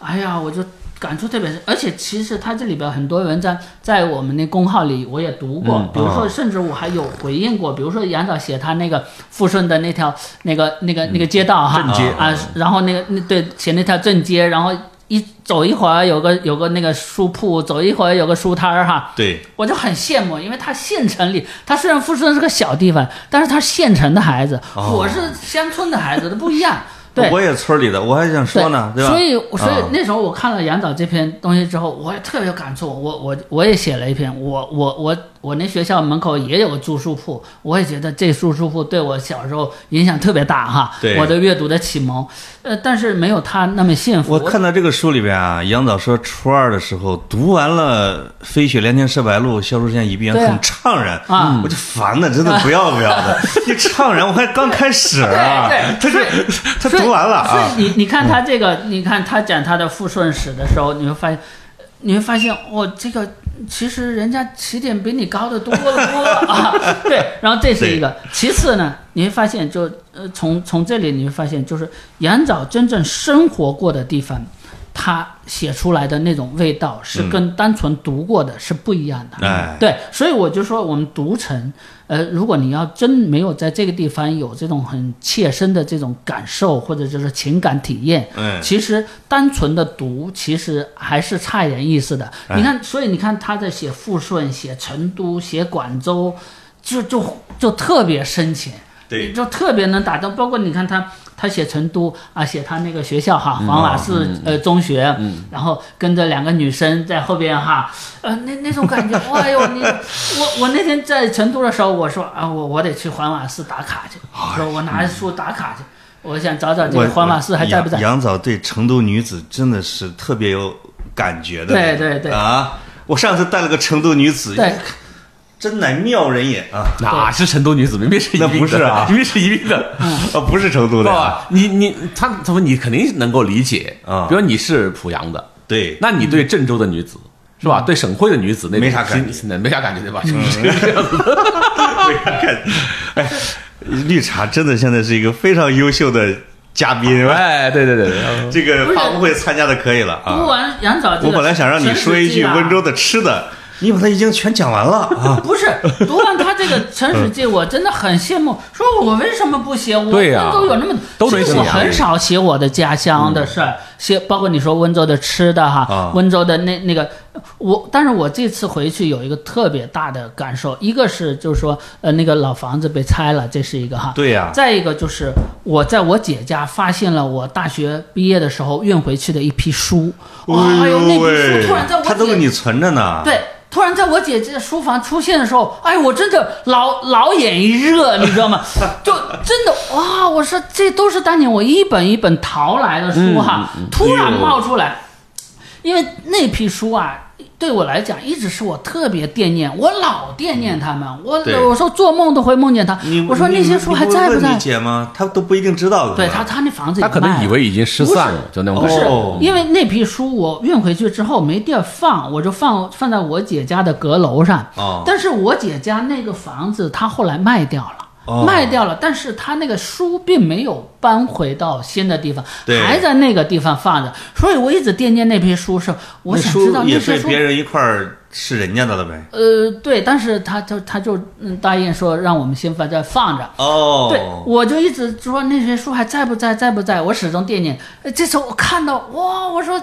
D: 哎呀，我就感触特别深。而且其实他这里边很多文章在我们那公号里我也读过，
C: 嗯
D: 比如说甚至我还有回应过，比如说杨早写他那个富顺的那条那个那个那个街道哈，
B: 正街
D: 啊，然后那个那对写那条正街，然后。一走一会儿啊有个有个那个书铺，走一会儿有个书摊儿哈，
B: 对，
D: 我就很羡慕，因为他县城里，他虽然富顺是个小地方，但是他县城的孩子，
B: 哦
D: 我是乡村的孩子，都不一样。对，
B: 我也村里的，我还想说呢，
D: 对
B: 吧？
D: 所以，所以
B: 啊
D: 那时候我看了杨导这篇东西之后，我也特别有感触。我我我也写了一篇，我我我我那学校门口也有个住宿铺，我也觉得这住宿铺对我小时候影响特别大哈，
B: 对
D: 我的阅读的启蒙。呃，但是没有他那么幸福。
B: 我看到这个书里边啊，杨导说初二的时候读完了《飞雪连天射白鹿》《萧书剑一闭园》，
D: 对啊
B: 很怅然
D: 啊
B: 我就烦的真的不要不要的， 一怅然，我还刚开始啊，他
D: 对
B: 就
D: 对
B: 他读完了
D: 所以
B: 啊，
D: 所以你你看他这个，你看他讲他的富顺史的时候，你会发现，你会发现，哦，这个其实人家起点比你高的多了多了啊。 对，然后这是一个。其次呢，你会发现就，呃，从从这里你会发现，就是杨早真正生活过的地方。他写出来的那种味道是跟单纯读过的是不一样的，
B: 嗯哎
D: 对，所以我就说我们读城，呃，如果你要真没有在这个地方有这种很切身的这种感受或者就是情感体验，
B: 嗯
D: 其实单纯的读其实还是差一点意思的。你看，所以你看他在写富顺、写成都、写广州，就就就特别深情。
B: 对
D: 就特别能打动。包括你看他，他写成都啊，写他那个学校哈，黄瓦寺、呃中学，然后跟着两个女生在后边哈，呃那那种感觉， 哎呦你我我那天在成都的时候，我说啊我我得去黄瓦寺打卡去，说我拿着书打卡去，我想找找这
B: 哎我
D: 个黄瓦寺还在不在。
B: 杨杨早对成都女子真的是特别有感觉的，
D: 对对对
B: 啊，我上次带了个成都女子，
D: 对，
B: 真乃妙人也啊，
C: 哪是成都女子，明明是宜
B: 那
C: 宾
B: 不
C: 的，
B: 是啊
C: 明明是宜宾的。
D: 嗯
B: 啊 不是成都的啊，
C: 爸，你你他他说你肯定能够理解
B: 啊
C: 比如你是濮阳的，
B: 对，
C: 那你对郑州的女子是吧？对省会的女子那
B: 没啥感觉嗯
C: 觉，没啥感觉对吧？就是这个样子。
B: 哎绿茶真的现在是一个非常优秀的嘉
D: 啊
B: 宾，
C: 哎，对对对对，
B: 这个发布会参加的可以了
D: 读
B: 啊！
D: 完杨早这个，
B: 我本来想让你
D: 啊
B: 说一句温州
D: 的。
B: 的吃的，你把它已经全讲完了啊！
D: 不是，读完他这个《陈史记》，我真的很羡慕。说我为什么不写？我
C: 对呀
D: 温州有那么，
C: 都能
D: 其实
C: 写
D: 我
C: 啊
D: 很少写我的家乡的事儿，写包括你说温州的吃的
B: 啊
D: 哈，温州的那那个，我但是我这次回去有一个特别大的感受，一个是就是说，呃，那个老房子被拆了， 这是一个哈。
B: 对呀，
D: 再一个就是，我在我姐家发现了我大学毕业的时候运回去的一批书，哇哎呦，那批书突然在我姐
B: 他都给你存着呢。
D: 对，突然在我姐姐书房出现的时候，哎，我真的老老眼一 热，你知道吗？就真的哇！我说这都是当年我一本一本淘来的书哈，
B: 嗯
D: 突然冒出来，因为那批书啊。对我来讲，一直是我特别惦念，我老惦念他们。我
B: 对
D: 我说做梦都会梦见他
B: 你。
D: 我说
B: 你
D: 那些书还在
B: 你
D: 不
B: 问
D: 在
B: 你？姐吗？她都不一定知道。
D: 对他，他那房子也
C: 他可能
D: 卖
C: 以
D: 了
C: 为已经失散了，就那种
D: 不
C: 感
D: 是
C: 觉。
B: 哦，
D: 因为那批书我运回去之后没地儿放，我就放放在我姐家的阁楼上。
B: 哦
D: 但是我姐家那个房子，她后来卖掉了。
B: 哦
D: 卖掉了，但是她那个书并没有搬回到新的地方
B: 对，
D: 还在那个地方放着，所以我一直惦念那批书是，我
B: 那
D: 想知道
B: 书也
D: 那些
B: 被
D: 书
B: 别人一块儿是人家的了呗。
D: 呃，对，但是他就他就嗯答应说让我们先放这儿放着，
B: 哦，
D: 对，我就一直说那些书还在不在，在不在？我始终惦念。呃这时候我看到哇，我说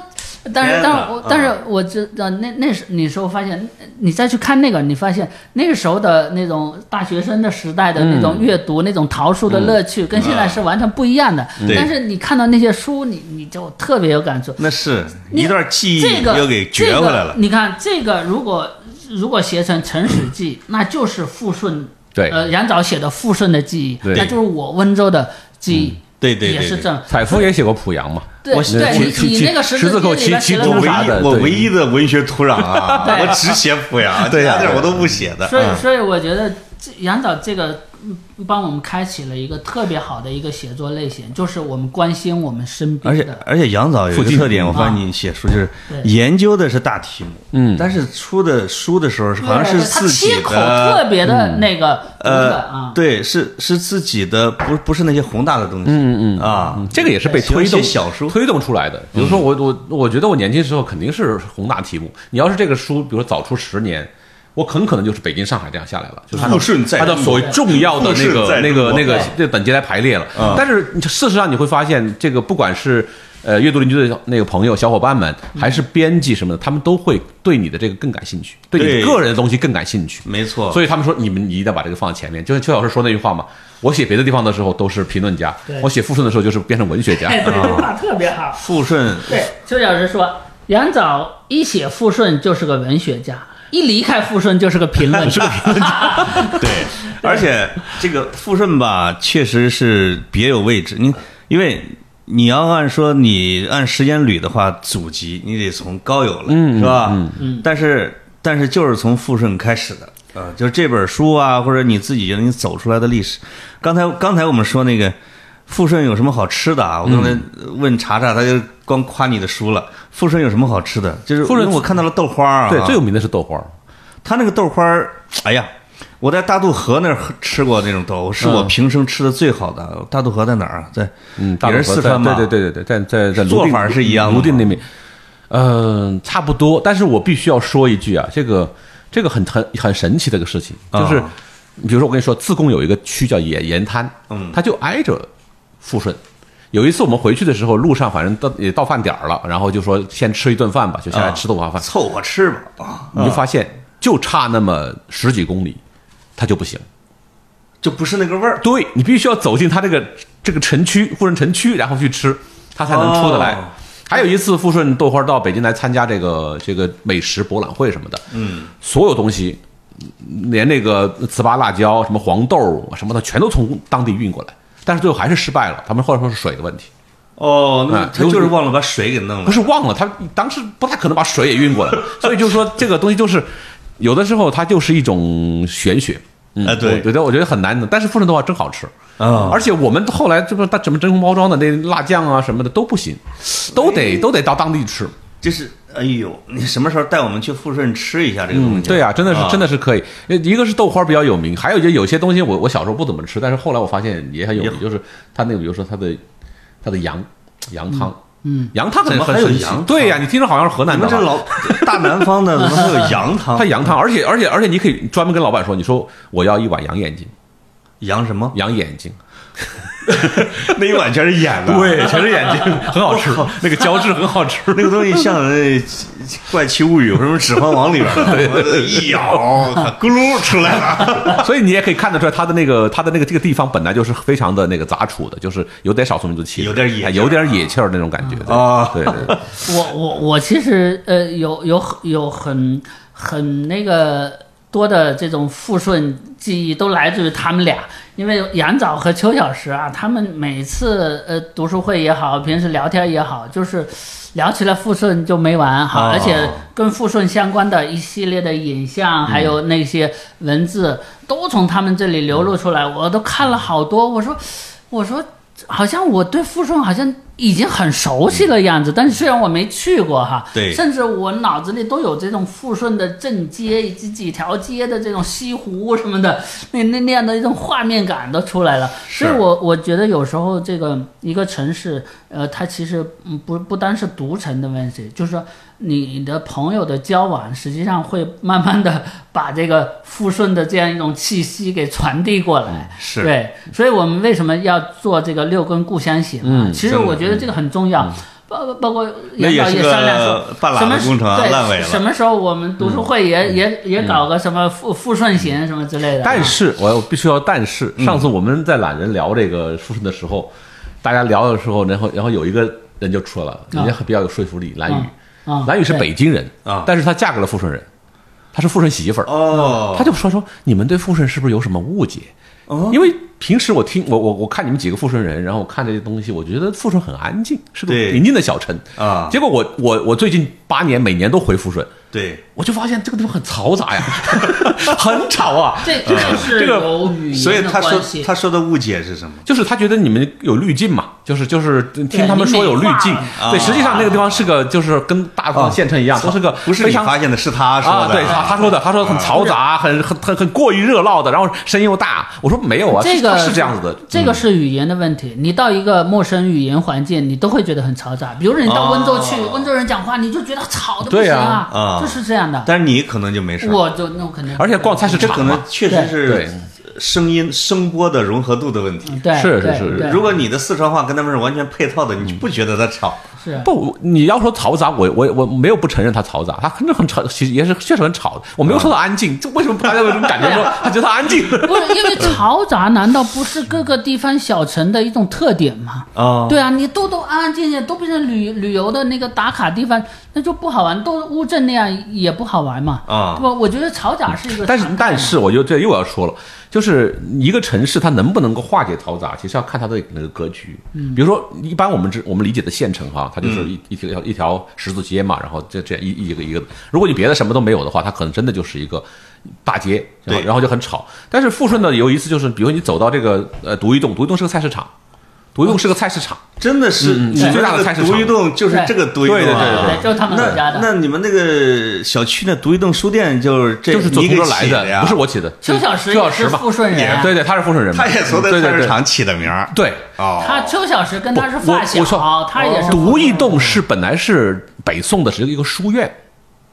D: 但是
B: 天，
D: 但
B: 哪
D: 是我但
B: 啊
D: 是我知道那那时那时候发现，你再去看那个，你发现那个时候的那种大学生的时代的那
B: 嗯
D: 种阅读、那种桃树的乐趣，跟现在是完全不一样的。
B: 啊对
D: 但是你看到那些书，你你就特别有感触。
B: 那是
D: 你
B: 一段记忆
D: 这个
B: 又给
D: 这
B: 掘
D: 个
B: 回来了。
D: 你看这个，如果如果写成《陈史记》，
B: 嗯
D: 那就是富顺，
C: 对
D: 呃，杨早写的富顺的记忆，
C: 对
D: 那就是我温州的记忆，
B: 对嗯对
D: 也
B: 对
D: 是
B: 对
D: 这样。
C: 采夫也写过濮阳嘛，
D: 对
B: 我
D: 对，
C: 其其
D: 你你
C: 其
D: 那个
C: 十字
D: 字
C: 扣
D: 记里面
C: 其
D: 写了
C: 其
D: 什
B: 我
C: 中
D: 么
B: 唯
C: 啥
B: 一
C: 的
B: 我
C: 对
B: 唯一的文学土壤啊，
D: 对
B: 我只写濮 阳，
C: 对
B: 其
C: 呀
B: 他地儿我都不写的。
D: 所以，
B: 嗯
D: 所以我觉得这杨导这个嗯帮我们开启了一个特别好的一个写作类型，就是我们关心我们身
B: 而
D: 边
B: 且
D: 的。
B: 而且杨早有
C: 附
B: 一个
C: 近
B: 特点，我发现
D: 啊
B: 你写书就是
D: 对
B: 研究的是大题目，
C: 嗯
B: 但是出的书的时候是好像是
D: 对他
B: 自己
D: 切口
B: 的，嗯
D: 特别的那个独特
B: 呃
D: 啊，，
B: 对，是是自己的，不不是那些宏大的东西，
C: 嗯嗯
B: 啊，
C: 这个也是被
B: 喜
C: 推
B: 欢写
C: 动
B: 小说嗯
C: 推动出来的。比如说我我我觉得我年轻时候肯定是宏大题目，你要是这个书，比如说早出十年。我很可能就是北京、上海这样下来了，就是按照
B: 富顺在
C: 按照
B: 中
C: 所谓
B: 国
C: 重要的
B: 富
C: 那
B: 顺
C: 个、
B: 在
C: 那个、
B: 中国
C: 那个
D: 对
C: 这本节来排列了
B: 嗯。
C: 但是你事实上你会发现，这个不管是呃阅读邻居的那个朋友、小伙伴们，还是编辑什么的，他们都会对你的这个更感兴趣，对你
B: 对
C: 个人的东西更感兴趣。
B: 没错，
C: 所以他们说你们你一定要把这个放在前面，就像邱老师说那句话嘛，我写别的地方的时候都是评论家
D: 对，
C: 我写富顺的时候就是变成文学家。
D: 哎，对，
B: 哦
D: 这话特别好。
B: 富顺
D: 对，邱老师说，杨早一写富顺就是个文学家，一离开富顺 就是个评论家。
B: 对， 而且这个富顺吧，确实是别有位置。你因为你要按说你按时间捋的话，祖籍你得从高邮来，是吧？嗯，但是但是就是从富顺开始的。啊，就是这本书啊，或者你自己觉得你走出来的历史。刚才刚才我们说那个富顺有什么好吃的啊？我刚才问查查，他就光夸你的书了。富顺有什么好吃的？就是
C: 富顺
B: 因为我看到了豆花儿啊，
C: 对，最有名的是豆花儿，
B: 他那个豆花儿，哎呀，我在大渡河那儿喝吃过那种豆，是我平生吃的最好的。大渡河在哪儿啊？在
C: 嗯，大
B: 也是
C: 陆河
B: 四
C: 在
B: 川吧？
C: 对对对对对，在在在
B: 做法是一样的吗
C: 泸定那边，嗯、差不多。但是我必须要说一句啊，这个这个很很很神奇的一个事情，就是、
B: 啊
C: 比如说我跟你说，自贡有一个区叫盐盐滩，嗯，它就挨着富顺。有一次我们回去的时候，路上反正到也到饭点儿了，然后就说先吃一顿饭吧，就下来吃豆花饭。
B: 啊凑合吃吧。啊，
C: 你就发现就差那么十几公里，它就不行。
B: 就不是那个味儿。
C: 对你必须要走进它这个这个城区，富顺城区，然后去吃，它才能出得来。
B: 哦
C: 还有一次，富顺豆花到北京来参加这个这个美食博览会什么的，嗯，所有东西，嗯连那个糍粑辣椒、什么黄豆什么的，全都从当地运过来，但是最后还是失败了。他们后来说是水的问题，
B: 哦，那
C: 哎
B: 他就是忘了把水给弄了
C: 不。是忘了，他当时不太可能把水也运过来，所以就是说这个东西就是有的时候它就是一种玄学。嗯
B: 哎对
C: 我觉得我觉得很难的，但是富顺豆花真好吃
B: 啊
C: 而且我们后来这不它什么真空包装的那辣酱啊什么的都不行，都得
D: 哎
C: 都得到当地吃。
B: 就是哎呦，你什么时候带我们去富顺吃一下这个
D: 嗯
B: 东西？
C: 对啊，真的是真的
B: 是。
C: 是可以。呃一个是豆花比较有名，还有就有些东西我我小时候不怎么吃，但是后来我发现也很有
B: 也
C: 名，就是它那个比如说它的它的羊羊汤，
D: 嗯，
C: 羊汤可能
B: 怎么
C: 很
B: 还有
C: 神奇
B: 羊汤。
C: 对呀，你听着好像是河
B: 你
C: 南的
B: 们
C: 吧，
B: 这 老大南方的怎么还有羊汤
C: 它？羊汤，而且而且而且你可以专门跟老板说，你说我要一碗羊眼睛，？
B: 羊什么
C: 羊眼睛，
B: 那一碗全是啊眼的。，
C: 全是眼睛，很好吃，那个胶质很好吃。
B: 那个东西像那《怪奇物语》什么《指环王》里边 的，一咬咕噜出来了。
C: 所以你也可以看得出来，它的那个它的那个这个地方本来就是非常的那个杂处的，就是有点少数民族气质，
B: 有点野
C: 哎
B: 劲儿
C: 有点野气儿那种感觉对
B: 啊
C: 对对，对
D: 我我我其实呃有有有很很那个多的这种富顺记忆都来自于他们俩，因为杨早和邱小石啊，他们每次呃读书会也好，平时聊天也好，就是聊起来富顺就没完哈，
B: 哦
D: 而且跟富顺相关的一系列的影像，还有那些文字，都从他们这里流露出来，我都看了好多，我说我说。好像我对富顺好像已经很熟悉的样子，但是虽然我没去过哈，
B: 对
D: 甚至我脑子里都有这种富顺的正街以及几条街的这种西湖什么的，那那那样的一种画面感都出来了。
B: 是
D: 所以我我觉得有时候这个一个城市，呃，它其实嗯不不单是独城的问题，就是说你的朋友的交往，实际上会慢慢的把这个富顺的这样一种气息给传递过来。
B: 哎是嗯
D: 对，所以我们为什么要做这个六根故乡行啊？其实我觉得这个很重要。包包括
B: 那
D: 杨
B: 也
D: 导
B: 是
D: 也商量
B: 个
D: 说，
B: 半
D: 什
B: 拉
D: 么
B: 的工程啊，
D: 对
B: 烂尾
D: 什
B: 了。嗯
D: 么时候我们读书会也也也搞个什么富富顺行什么之类的啊。
C: 但是我必须要，但是
B: 嗯
C: 上次我们在懒人聊这个书顺的时候，大家聊的时候，然后然后有一个人就说了，人家比较有说服力，蓝宇，
D: 啊，
C: 蓝宇是
D: 对
C: 北京人
B: 啊
C: 但是她嫁给了富顺人，她是富顺媳妇儿，
B: 哦，
C: 他就说说你们对富顺是不是有什么误解？
B: 哦
C: 因为平时我听我我我看你们几个富顺人，然后我看这些东西，我觉得富顺很安静，是个
B: 对
C: 宁静的小城
B: 啊
C: 结果我我我最近八年每年都回富顺，
B: 对，
C: 我就发现这个地方很嘈杂呀， 很吵啊。
D: 这这个是
C: 这个
D: 有语
B: 所以
D: 言的
B: 他
D: 关
B: 说
D: 系。
B: 他说的误解是什么？
C: 就是他觉得你们有滤镜嘛，就是就是听他们说有滤镜
D: 你美
B: 化，了
C: 对，
B: 啊
C: 实际上那个地方是个就是跟大部分县城一样，都是个
B: 哦不是
C: 非
B: 你
C: 常
B: 发现的，是他说的。嗯
C: 啊，对他他说的，他说很嘈杂，很很很很过于热闹的，然后声音又大。我说没有啊，
D: 这个
C: 是是这样子的，嗯
D: 这个是语言的问题。你到一个陌生语言环境，你都会觉得很嘈杂。比如说你到温州去，温州人讲话，你就觉得吵的不
C: 哦对
D: 行
C: 呀
B: 啊
D: 就是这样的。
B: 但是你可能就没事儿。
D: 我就那我肯定，
C: 而且逛菜市
B: 这
C: 场
B: 可
C: 嘛
B: 能确实
C: 对
B: 是声音声波的融合度的问题。
D: 对
C: 是是
D: 对
C: 是
D: 对
B: 如果你的四川话跟他们是完全配套的，
C: 嗯
B: 你就不觉得他吵？
D: 是
C: 不，你要说嘈杂，我我我没有不承认它嘈杂，它真的很吵，其实也是确实很吵的。我没有说它安静，这为什么大家有种感 觉说他觉得它安静？
D: 不是因为嘈杂，难道不是各个地方小城的一种特点吗？
B: 啊，
C: 哦
D: 对啊，你都都安安静静，都变成旅旅游的那个打卡地方，那就不好玩。都乌镇那样也不好玩嘛。
B: 啊
D: 不，我觉得嘈杂是一个常态嘛，
C: 但 是但是，我就这又要说了，就是一个城市它能不能够化解嘈杂，其实要看它的那个格局。嗯，比如说一般我们知我们理解的县城哈，它
B: 嗯
C: 就是一、一条一条十字街嘛，然后这这样一一个一个，如果你别的什么都没有的话，它可能真的就是一个大街，然后
B: 对
C: 然后就很吵。但是富顺呢，有一次就是，比如你走到这个呃独一栋，独一栋是个菜市场，独一栋是个菜市场。
B: 真的是
D: 嗯
B: 你
C: 最
B: 们
C: 大的
B: 那
C: 菜市
B: 个
C: 场
B: 独一栋就是这个独一栋
C: 对对
B: 啊。
D: 对，就是他们
B: 那
D: 国家的。
B: 那你们那个小区那独一栋书店就是这
C: 就是从
B: 你给
C: 这儿来
B: 起
C: 的，
B: 呀？
C: 不是，我起的。
D: 邱小石
C: 邱
D: 也
C: 小石
D: 是
C: 嘛，
D: 富顺人啊，
C: 对对，他是富顺人嘛，
B: 他也从那
C: 嗯对对
B: 菜
C: 对
B: 市场起的名儿。
C: 对。
B: 哦，
D: 他邱小石跟
C: 不
D: 他是发
C: 我
D: 小啊
C: 我，说哦
D: 他也是嗯
C: 独一栋是本来是北宋的，是一个书院，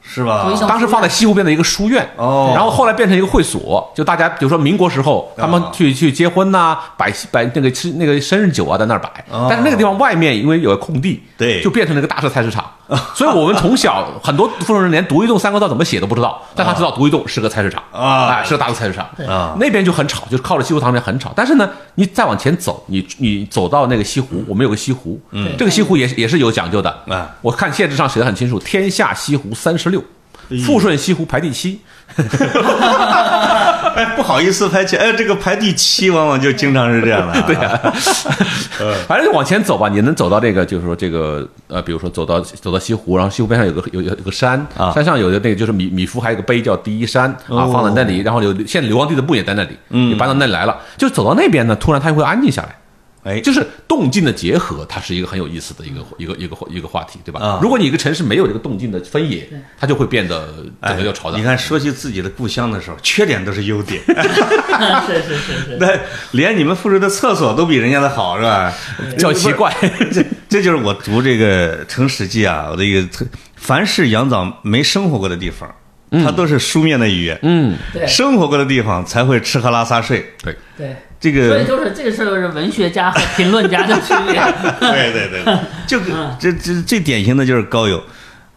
B: 是吧
D: 独一？栋
C: 当时放在西湖边的一个书院。
B: 哦
C: 然后后来变成一个会所，就大家比如说民国时候，他们
B: 啊
C: 去去结婚呐、摆摆那个吃那个生日酒啊，在那儿摆。
B: 哦
C: 但是那个地方外面因为有个空地，
B: 对
C: 就变成了一个大市菜市场。所以我们从小很多富顺人连“独一栋”三个字怎么写都不知道，但他知道“独一栋”是个菜市场
B: 啊
C: 哎是个大的菜市场
B: 啊
C: 那边就很吵，就是靠着西湖塘边很吵。但是呢，你再往前走，你你走到那个西湖，我们有个西湖，嗯这个西湖也也是有讲究的
B: 啊。
C: 我看县志上写的很清楚，天下西湖三十六，富顺西湖排第七。
B: 哎，不好意思排起，哎，这个排第七往往就经常是这样啊 的。对呀，嗯
C: 反正就往前走吧，你能走到这个，就是说这个呃，比如说走到走到西湖，然后西湖边上有个有有有个山，
B: 啊
C: 山上有的那个就是米米芾还有个碑叫第一山啊，
B: 哦
C: 放在那里，然后有现在流亡地的墓也在那里，嗯，搬到那里来了，就走到那边呢，突然它会安静下来。
B: 哎，
C: 就是动静的结合，它是一个很有意思的一个一个一个一个话题，对吧？
B: 啊
C: 如果你一个城市没有这个动静的分野，它就会变得整个就吵杂。
B: 哎你看，说起自己的故乡的时候，缺点都是优点。
D: 是是是 是，
B: 那连你们富士的厕所都比人家的好，是吧？
C: 叫奇怪，
B: 这这就是我读这个《城史记》啊，我的一个特，凡是杨早没生活过的地方，他都是书面的语言。
C: 嗯，
D: 对
B: 生活过的地方才会吃喝拉撒睡。
C: 对，
D: 对，
B: 这个
D: 所以就是这个时候是文学家和评论家的区 别。
C: 啊
B: 对对对，对就跟这这最典型的就是高邮。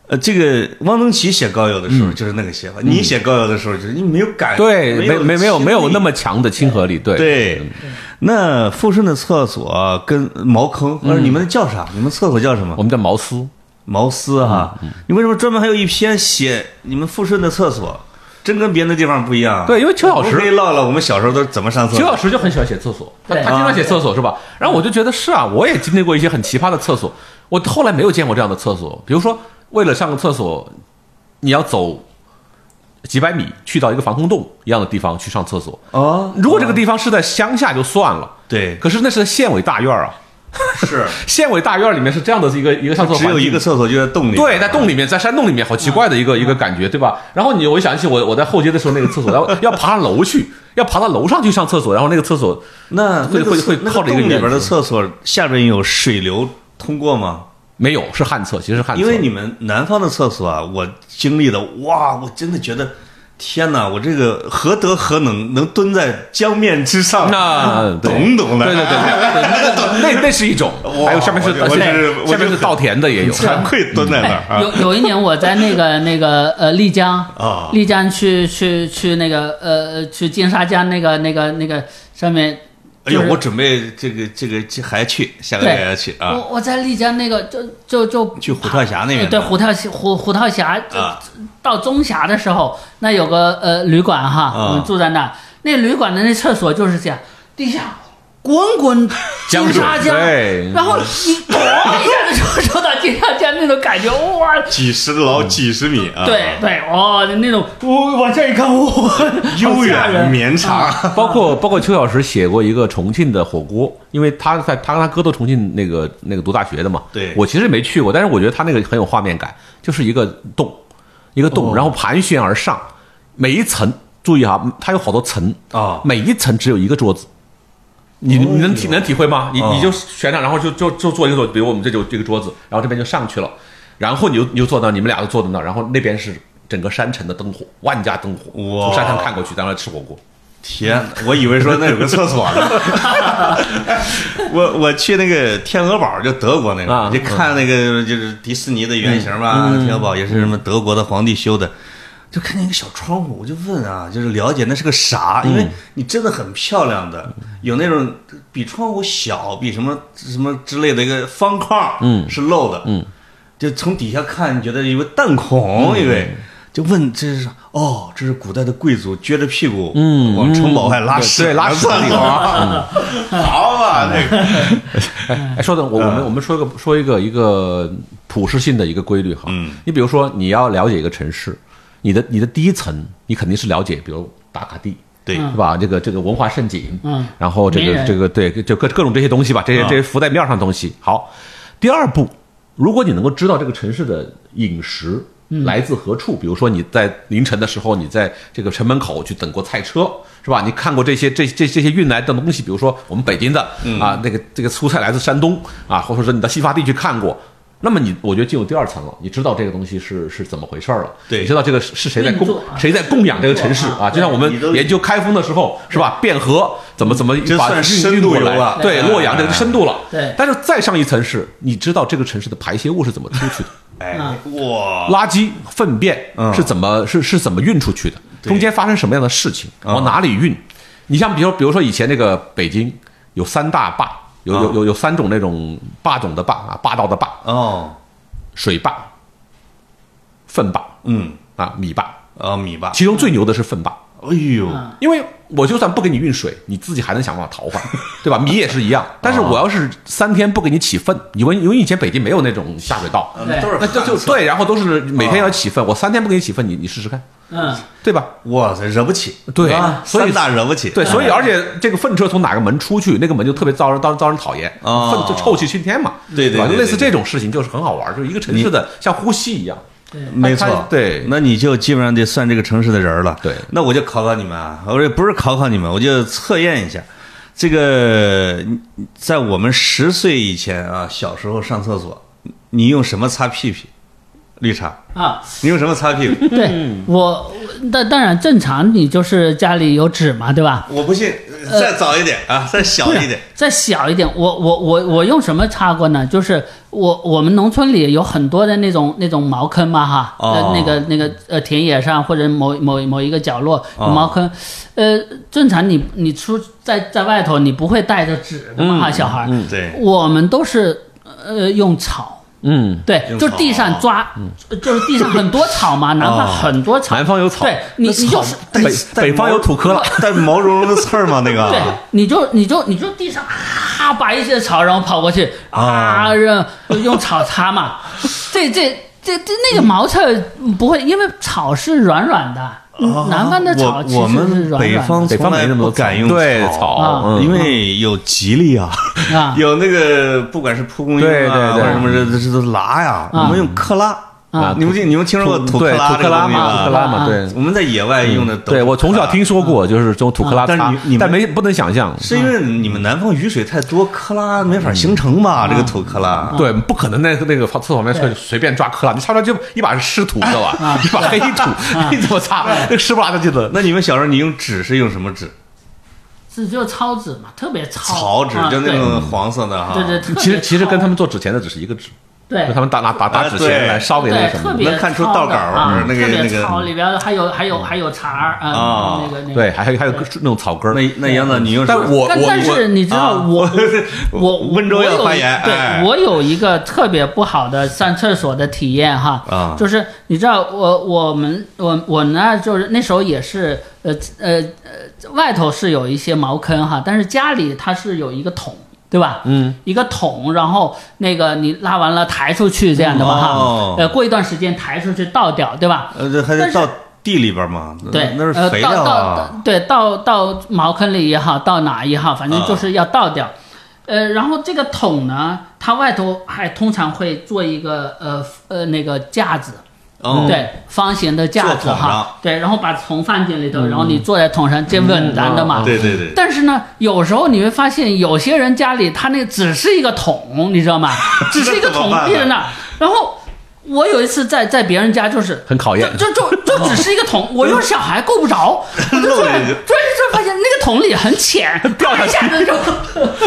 B: 呃，这个汪曾祺写高邮的时候就是那个写法，你写高邮的时候就是你没有感，
C: 嗯对，没
B: 有
C: 没没有
B: 亲
C: 没有
B: 历
C: 那么强的亲和力，对
B: 对。那富顺的厕所跟茅坑，或者你
C: 嗯
B: 们叫啥？你们厕所叫什么
C: 我？们叫茅斯，
B: 茅斯哈。
C: 嗯
B: 你为什么专门还有一篇写你们富顺的厕所？真跟别的地方不一样啊。
C: 对因为邱老师
B: 我们可以唠唠我们小时候都怎么上厕
C: 邱老
B: 所。
C: 师就很喜欢写厕所，他
D: 对
C: 他经常写厕所是吧？然后我就觉得是啊，我也经历过一些很奇葩的厕所，我后来没有见过这样的厕所。比如说，为了上个厕所，你要走几百米去到一个防空洞一样的地方去上厕所。
B: 哦，
C: 如果这个地方是在乡下就算了，
B: 对
C: 可是那是县委大院啊，
B: 是
C: 县委大院里面是这样的一个一个上厕所
B: 只
C: 环境，
B: 有一个厕所就在洞里。啊
C: 对，在洞里面，在山洞里面，好奇怪的一个一个感觉，对吧？然后你，我想起我我在后街的时候，那个厕所，然后要 爬上楼去，要爬到楼上去上厕所，然后那个厕所
B: 那
C: 会
B: 那个
C: 会
B: 厕
C: 会
B: 那
C: 靠着一个
B: 洞里
C: 院
B: 边的
C: 子
B: 厕所下边有水流通过吗？
C: 没有，是旱厕，其实是旱厕，
B: 因为你们南方的厕所啊，我经历的哇，我真的觉得天哪，我这个何德何能，能蹲在江面之上？
C: 那对
B: 懂懂的，
C: 对对对，对那那那那是一种，
B: 哇
C: 还有上面是
B: 我我
C: 下
B: 就是
C: 面
B: 我
C: 下面
B: 就是很
C: 稻田的也 有，
B: 惭愧蹲在那儿啊。
D: 有有一年我在那个那个呃丽江
B: 啊
D: 丽江去去去那个呃去金沙江那个那个那个上面，
B: 哎呦
D: 就，是
B: 我准备这个这个这还去，下个月
D: 对
B: 还要去啊，
D: 我我在丽江那个就就就
B: 去虎跳峡那边
D: 呃
B: 的。
D: 对虎跳峡虎虎跳峡就
B: 啊
D: 到中峡的时候，那有个呃旅馆哈，
B: 啊
D: 我们住在那儿，那旅馆的那厕所就是这样，地下滚滚
C: 江
D: 金沙
C: 水
D: 江，
C: 对
D: 然后你咣一下就抽到金沙江那种感觉，哇！
B: 几十老几十米啊，
D: 嗯对，对，哦，那种我往下一看， 哇，
B: 悠
D: 好吓
B: 远
D: 人
B: 绵长，
C: 包括包括邱老师写过一个重庆的火锅，因为他在他跟他哥都重庆那个那个读大学的嘛。
B: 对
C: 我其实没去过，但是我觉得他那个很有画面感，就是一个洞，一个
B: 哦
C: 洞，然后盘旋而上，每一层注意哈，它有好多层
D: 嗯
B: 啊
C: 每一层只有一个桌子。你你能体能体会吗？你
B: 哦
C: 你就悬上，然后就就就坐一个桌，比如我们这就这个桌子，然后这边就上去了，然后你就你就坐那儿，你们俩就坐在那儿，然后那边是整个山城的灯火，万家灯火，
B: 哇
C: 从山上看过去，在那儿吃火锅。
B: 天，我以为说那有个厕所 呢。我我去那个天鹅堡，就德国那个，
C: 啊
B: 就看那个就是迪士尼的原型吧，天鹅堡也是什么德国的皇帝修的。就看见一个小窗户，我就问啊，就是了解那是个啥？因为你真的很漂亮的，有那种比窗户小，比什么什么之类的一个方框，嗯，是漏的，嗯，就从底下看，你觉得有个弹孔，因
C: 嗯
B: 为就问这是啥哦，这是古代的贵族撅着屁股，嗯，往城堡外拉屎，
C: 嗯对拉
B: 屎
C: 屎
B: 里啊， 好
C: 嗯
B: 嘛，那个
C: 哎，稍等，我我们我们说一个说一个一个普适性的一个规律哈。
B: 嗯，
C: 你比如说你要了解一个城市，你的你的第一层，你肯定是了解，比如打卡地，
B: 对
C: 是吧？这个这个文化盛景，
D: 嗯
C: 然后这
D: 名
C: 个
D: 人
C: 这个对，就各各种这些东西吧，这些
B: 啊
C: 这些浮在面上的东西。好，第二步，如果你能够知道这个城市的饮食。
D: 嗯
C: 来自何处？比如说你在凌晨的时候，你在这个城门口去等过菜车，是吧？你看过这些这这这些运来的东西，比如说我们北京的、啊，那个这个蔬菜来自山东啊，或者说你到西发地去看过，那么你我觉得进入第二层了，你知道这个东西是是怎么回事儿了，
B: 对
C: 你知道这个是是谁在
D: 运
C: 供
D: 作啊
C: 谁在供养这个城市
D: 运作
C: 啊？就像我们
B: 你都
C: 研究开封的时候，是吧？汴河怎么怎么
B: 这
C: 把
B: 算
C: 运
B: 深
C: 运
B: 度
C: 过
B: 游
C: 来
B: 了哎
C: 对
B: 对
C: 洛阳这个深度了。
D: 对
C: 但是再上一层是，你知道这个城市的排泄物是怎么出 去的，
B: 哎
D: 嗯
B: 哇，
C: 垃圾粪便
B: 嗯
C: 是怎么是是怎么运出去的，中间发生什么样的事情，
B: 嗯
C: 往哪里运？你像比如比如说以前那个北京有三大坝，有
B: 嗯
C: 有有有三种那种霸总的霸啊，霸道的霸，
B: 哦，
C: 水坝、粪坝
B: 嗯，
C: 啊、米坝，
B: 啊米吧，
C: 其中最牛的是粪坝。
B: 哎呦，
C: 因为我就算不给你运水，你自己还能想办法逃换， 对吧？米也是一
B: 啊
C: 样。但是我要是三天不给你起粪，因为因为以前北京没有那种下水道，
B: 啊那都是
C: 那就就
B: 汗
C: 对，然后都是每天要起
B: 啊
C: 粪，我三天不给你起粪，你你试试看，
D: 嗯，
C: 对吧？
B: 哇塞，惹不起，
C: 对
B: 啊，
C: 所以
B: 三大啊惹不起，
C: 对，所以而且这个粪车从哪个门出去，那个门就特别遭人遭人遭人讨厌，
B: 哦
C: 粪就臭气熏天嘛，
B: 对对
C: 吧
B: 对对
C: 类似这种事情就是很好玩，就是一个城市的像呼吸一样。
B: 没
C: 他
B: 错
C: 他，对
B: 那你就基本上得算这个城市的人了。
C: 对
B: 那我就考考你们啊，我这不是考考你们，我就测验一下，这个你在我们十岁以前啊，小时候上厕所，你用什么擦屁屁？绿茶，
D: 啊，
B: 你用什么擦屁股？
C: 嗯
D: 对我，但当然正常，你就是家里有纸嘛，对吧？
B: 我不信，
D: 呃
B: 再早一点啊，再小一 点，
D: 再小一点，我我我我用什么擦过呢？就是我我们农村里有很多的那种那种茅坑嘛哈，
B: 哦
D: 呃那个那个呃田野上或者某某某一个角落有
B: 哦
D: 茅坑，呃正常你你出在在外头你不会带着纸的
B: 嗯
D: 嘛哈、小孩儿，
B: 对，
D: 我们都是呃用草，
C: 嗯，
D: 对
B: 用，
D: 就
B: 草嗯哦
D: 地上抓，就是地上很多草嘛，南方很多草，
C: 南方有草
D: 对你你就是
B: 带
C: 北
B: 带
C: 北方
B: 毛
C: 有土坷了，
B: 带毛茸茸的刺儿吗？那
D: 对
B: 个，
D: 你就你就你就地上啊，把一些草，然后跑过去
B: 啊
D: 啊，让用草擦嘛。这这这这那个茅厕不会，因为草是软软的，嗯南方的草
B: 啊我
D: 其
B: 哦我
D: 实是
B: 们
D: 软
B: 北
D: 软
B: 方
C: 北
B: 从
C: 方没
B: 来
C: 那么
B: 不
C: 多
B: 敢用哦
C: 对
D: 啊
C: 嗯
B: 因为有吉利啊。
D: 的啊。
B: 有那个不管是蒲公英啊，
C: 对对对
B: 或者什么这这这都拉呀，
D: 啊
B: 我们用克拉，
C: 啊，
B: 你们记你们听说过
C: 土
B: 土克
C: 对
B: 拉这
C: 土克
B: 个
C: 拉
B: 东西
C: 嘛，土
B: 吗？
C: 克拉嘛，
D: 啊
C: 对
B: 我们在野外用的都是土克拉，
C: 对，我从小听说过，就是这种土克拉
B: 啊但是
C: 擦
B: 你你，们
C: 但没不能想象，
B: 是因为你们南方雨水太多，克拉没法形成吧？
C: 啊
B: 这个土克拉，
C: 对，不可能在那个厕所旁边随随便抓克拉，你擦出来就一把是湿土，知道吧？
B: 啊
C: 一把黑土， 你怎么擦？那个湿不拉几的。
B: 那你们小时候你用纸是用什么纸？
D: 纸就糙纸嘛，特别糙，
B: 草纸，
D: 啊
B: 就那种啊黄色的哈。
D: 对对对，特别
C: 其实其实
D: 糙
C: 跟他们做纸钱的只是一个纸，
D: 对
C: 就他们打拿打打
B: 啊
C: 纸
B: 对
C: 钱来烧给那个
D: 对
C: 什么
D: 特
C: 的，
D: 别
B: 能看出
D: 糙
B: 道
D: 的
B: 杆儿
D: 啊，
B: 那个
D: 特别
B: 那个
D: 糙里边还有还有还有茬儿
B: 啊
D: 啊，那个那个
C: 对，还还有还有各那种草根儿。
B: 那那杨子，你用什
C: 但
B: 么
C: 我
D: 但但
C: 我
D: 是你知道
B: 啊
D: 我 我
B: 温州
D: 我
B: 要
D: 有
B: 发
D: 一
B: 言哎
D: 对我有一个特别不好的上厕所的体验哈，
B: 啊
D: 就是你知道我我们我我呢就是那时候也是呃呃呃外头是有一些茅坑哈，但是家里它是有一个桶。对吧？嗯，一个桶，然后那个你拉完了抬出去这样的嘛哈，
B: 哦
D: 呃，过一段时间抬出去倒掉，对吧？
B: 呃，这还得
D: 但是
B: 到地里边嘛，那
D: 对，
B: 那是
D: 呃
B: 肥料
D: 到到
B: 啊。
D: 到对，到到茅坑里也好，到哪也好，
B: 啊
D: 反正就是要倒掉。呃，然后这个桶呢，它外头还通常会做一个呃呃那个架子，
B: 哦，
C: 嗯
D: 对，方形的架子
B: 做桶上嗯
D: 哈，对，然后把桶放进里头，然后你坐在桶上，这稳当的嘛。
B: 对对对，
D: 但是呢，有时候你会发现，有些人家里他那只是一个桶，你知 道吗？只是一个
B: 那怎
D: 桶
B: 么办
D: 立在那儿。然后我有一次在在别人家就是
C: 很考验
D: 就就就就只是一个桶，我用小孩够不着，我就
B: 漏
D: 突
B: 了
D: 然
B: 一
D: 突然
B: 个
D: 就发现那个桶里很浅，掉一下子就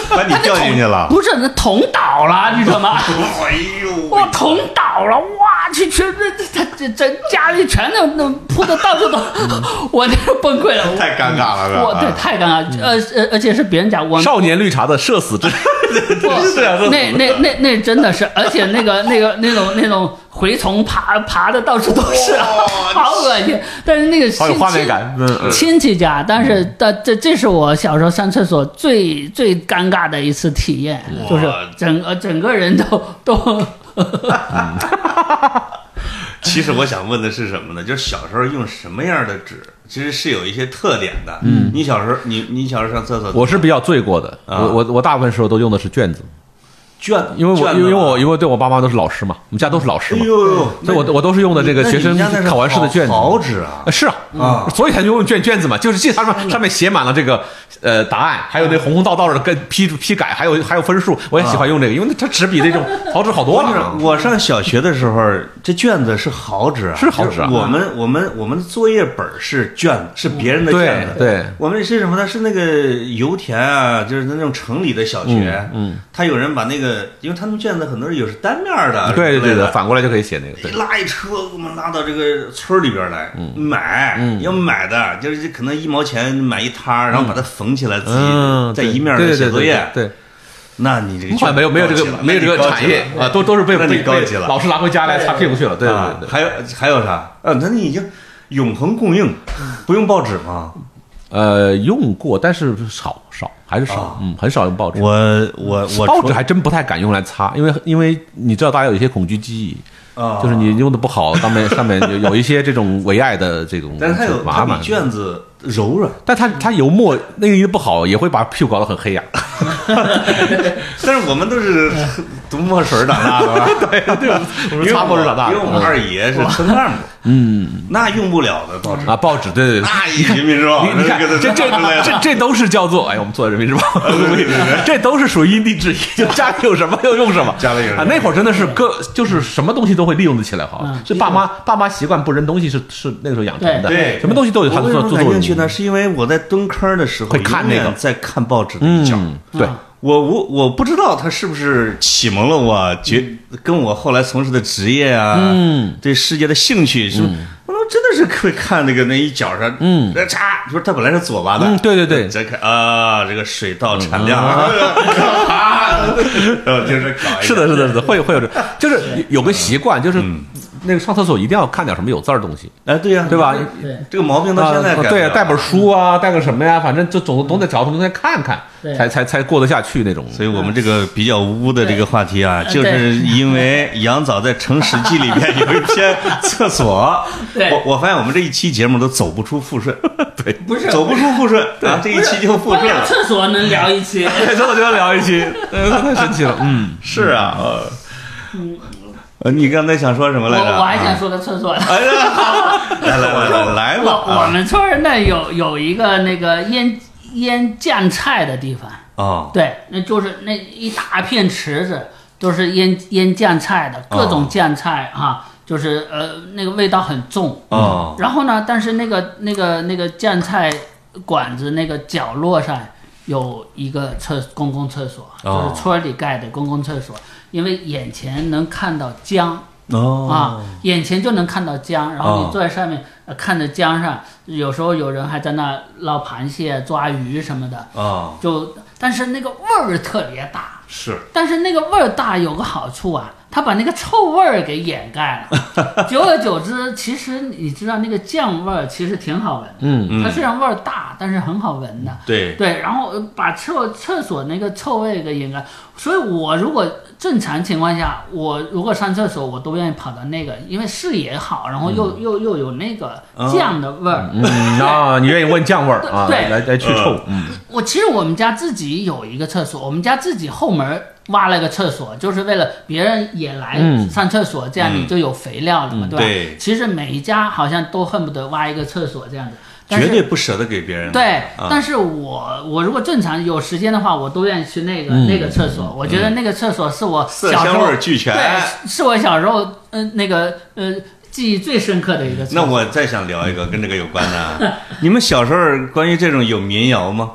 B: 把你掉进去了。
D: 不是那桶倒了，你知道吗？
B: 哎呦
D: 哇，桶倒了，哇，去全这这这这家里全都都铺的到处都， 我这就崩溃了，我
B: 太啊尴尬了是吧
D: 我对太尴尬，呃呃，而且是别人家我
C: 少年绿茶的社 死之
D: 不
B: 啊这
D: 那那那那真的是，而且那个那个那种那种蛔虫爬爬的到处都是，啊好恶心。但是那个
C: 好有
D: 亲
C: 画面感嗯嗯
D: 亲亲戚家，但是
B: 嗯
D: 但这这是我小时候上厕所最最尴尬的一次体验，就是整个整个人都都。
B: 其实我想问的是什么呢？就是小时候用什么样的纸，其实是有一些特点的。嗯，你小时候，你你小时候上厕所，
C: 我是比较罪过的，
B: 啊
C: 我我我大部分时候都用的是卷子，
B: 卷，
C: 因为
B: 卷
C: 我
B: 子啊
C: 因为因为我因为对我爸妈都是老师嘛，我们家都是老师
B: 哎
C: 嘛，
B: 呦呦，
C: 所以我我都是用的这个
B: 那
C: 学生
B: 你们家那是
C: 考完试的卷子。
B: 好好纸啊
C: 啊，，是啊，
B: 啊嗯
C: 所以才用卷卷子嘛，就是记上面上面写满了这个呃答案，还有那红红道道的跟批批改，还有还有分数，我也喜欢用这个，因为它纸比那 种草纸好多
B: 不是
C: 了。啊
B: 我上小学的时候， 这卷子是好纸啊，
C: 是好纸啊
B: 就是我们我们我们的作业本是卷子，是别人的
C: 对
B: 卷子。
C: 对
B: 我们是什么呢？是那个油田啊，就是那种城里的小学，嗯，他有人把那个，因为他们卷子很多是有是单面的，
C: 对对对
B: 的
C: 对，，反过来就可以写那个。对嗯
B: 一，拉一车，我们拉到这个村儿里边来买，要买的就是可能一毛钱买一摊儿，然后把它缝起来，自己
C: 嗯，
B: 在
C: 对
B: 一面
C: 对
B: 儿
C: 对
B: 写
C: 对
B: 作
C: 对
B: 业。
C: 对，
B: 那你这个
C: 好像没有没有这
B: 卷子
C: 个没有这个
B: 高级了
C: 产业啊，都都是被
B: 那你
C: 被
B: 高
C: 被
B: 级了
C: 老师拿回家来擦屁股去了。对对
B: 啊
C: 对对，
B: 还有还有啥？嗯、那你已经永恒供应，不用报纸吗？
C: 呃，用过，但是少少还是少
B: 啊，
C: 嗯，很少用报纸。
B: 我我我
C: 报纸还真不太敢用来擦，因为因为你知道大家有一些恐惧记忆，
B: 啊，
C: 就是，你用的不好，上面 上面有有一些这种唯爱的这种
B: 但是它有它
C: 麻烦
B: 比。卷子柔软，
C: 但它它油墨那个一不好，也会把屁股搞得很 黑呀、啊
B: 但是我们都是读墨水长大的 吧？对对，因为
C: 擦墨水长大的嗯
B: 因为我们二爷是村干部，嗯，那用不了的报纸，
C: 啊！报纸，对对对。
B: 那一人民日报，
C: 你你看，这这 这这都是叫做哎，我们做人民日报，这都是属于因地制宜， 就家里有什么就用什么。
B: 家里有什么
C: 啊，那会儿真的是各就是什么东西都会利用的起来哈
D: 嗯。
C: 所以爸妈爸妈习惯不扔东西是是那个时候养成的，
D: 对
B: 对
C: 什么东西都有它
B: 我
C: 的
B: 为什
C: 作
B: 么
C: 作
B: 感
C: 用
B: 兴。趣呢？是因为我在蹲坑的时候，
C: 会看那
B: 永
C: 个
B: 远在看报纸的一角。
C: 嗯，对，
B: 我我我不知道他是不是启蒙了我，觉跟我后来从事的职业啊，
C: 嗯，
B: 对世界的兴趣是，我真的是会看那个那一角上，嗯，那嚓，就是他本来是左吧的，
C: 嗯对对对
B: 再看啊，这个水稻产量，啊， 然后就是搞一下
C: 嗯是的，是的，是的，会会 有这，就是有个习惯，就是
B: 嗯
C: 那个上厕所一定要看点什么有字儿的东西，
B: 哎，对呀，
C: 对吧？
D: 对
B: 这个毛病到现在
C: 啊
B: 改不
C: 对
B: 了，
C: 带本书啊，带个什么呀，反正就总总得找东西看看，
D: 对
C: 才才才过得下去那种。
B: 所以我们这个比较污的这个话题啊，
D: 嗯对
B: 就是因为杨早在《城史记》里面有一篇厕所，
D: 对
B: 我我发现我们这一期节目都走不出富顺， 对，
D: 不是
B: 走不出富顺啊，这一期就富顺
D: 聊
B: 了，
D: 厕所能聊 一期，
C: 真的就要聊一期，呃太神奇了。嗯，
B: 是啊，呃呃，你刚才想说什么
D: 我
B: 来着？
D: 我还想说个厕所呢。
B: 哎呀，好来来来来来吧
D: 我我
B: 啊！
D: 们村儿那有有一个那个腌腌酱菜的地方，
B: 哦，
D: 对，那就是那一大片池子都是腌腌酱菜的，各
B: 哦
D: 种酱菜啊，就是呃那个味道很重。
B: 哦
D: 然后呢，但是那个那个那个酱菜馆子那个角落上有一个厕公共厕所，
B: 哦
D: 就是村儿里盖的公共厕所，因为眼前能看到江。
B: 哦
D: 啊，眼前就能看到江，然后
B: 哦
D: 你坐在上面、呃看着江上，有时候有人还在那捞螃蟹、抓鱼什么的，
B: 哦，
D: 就但是那个味儿特别大。
B: 是
D: 但是那个味儿大有个好处啊，它把那个臭味儿给掩盖了。久而久之，其实你知道那个酱味儿其实挺好闻的，嗯它虽然味儿大，但是很好闻的。
B: 对，
D: 对，然后呃把厕厕所那个臭味给掩盖。所以我如果正常情况下，我如果上厕所，我都愿意跑到那个，因为视野好，然后又、又又有那个酱的味儿。
C: 嗯，那你愿意问酱味儿啊？
D: 对
C: 来来去臭，嗯，
D: 我其实我们家自己有一个厕所，我们家自己后门挖了个厕所，就是为了别人也来
C: 嗯
D: 上厕所，这样你就有肥料了嘛，对
B: 嗯
D: 吧？
B: 对
D: 其实每一家好像都恨不得挖一个厕所这样子，但
B: 绝
D: 是
B: 对不舍得给别人的。
D: 对，
B: 啊
D: 但是我我如果正常有时间的话，我都愿意去那个、那个厕所。我觉得那个厕所是我
B: 嗯色
D: 小时
B: 香
D: 候
B: 味儿俱全
D: 对，是我小时候嗯、呃那个呃记忆最深刻的一个厕所。
B: 那我再想聊一个跟这个有关的 啊，你们小时候关于这种有民谣吗？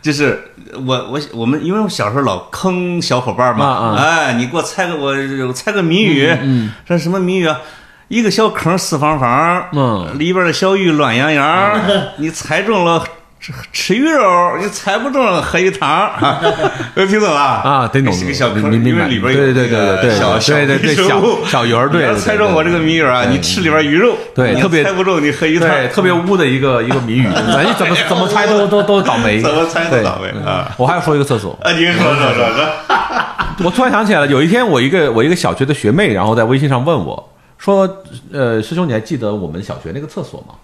B: 就是我我我们因为我小时候老坑小伙伴嘛，
C: 啊啊
B: 哎，你给我猜个我我猜个谜语，
C: 嗯
B: 这什么谜语啊？一个小坑四方方，
C: 嗯啊
B: 里边的小鱼乱洋洋， 你猜中了吃吃鱼肉，你猜不中喝一汤， 啊能听懂了
C: 啊，得懂
B: 是个小
C: 明
B: 坑，
C: 明
B: 因为
C: 白
B: 里边有
C: 对对对对
B: 那
C: 对
B: 个小小
C: 对对对
B: 微生物
C: 小小鱼儿，对，
B: 你要
C: 对
B: 猜中我这个谜语啊，
C: 对
B: 你吃里边鱼肉，
C: 对
B: 你要
C: 特别
B: 猜不中你喝一汤，
C: 对特别污的一个一个谜语，咱怎么怎么猜都都都倒霉，
B: 怎么猜都
C: 对
B: 倒霉啊！
C: 我还要说一个厕所，
B: 啊，你说说说说，
C: 我突然想起来了，有一天我一个我一个小学的学妹，然后在微信上问我说：“呃，师兄，你还记得我们小学那个厕所吗？”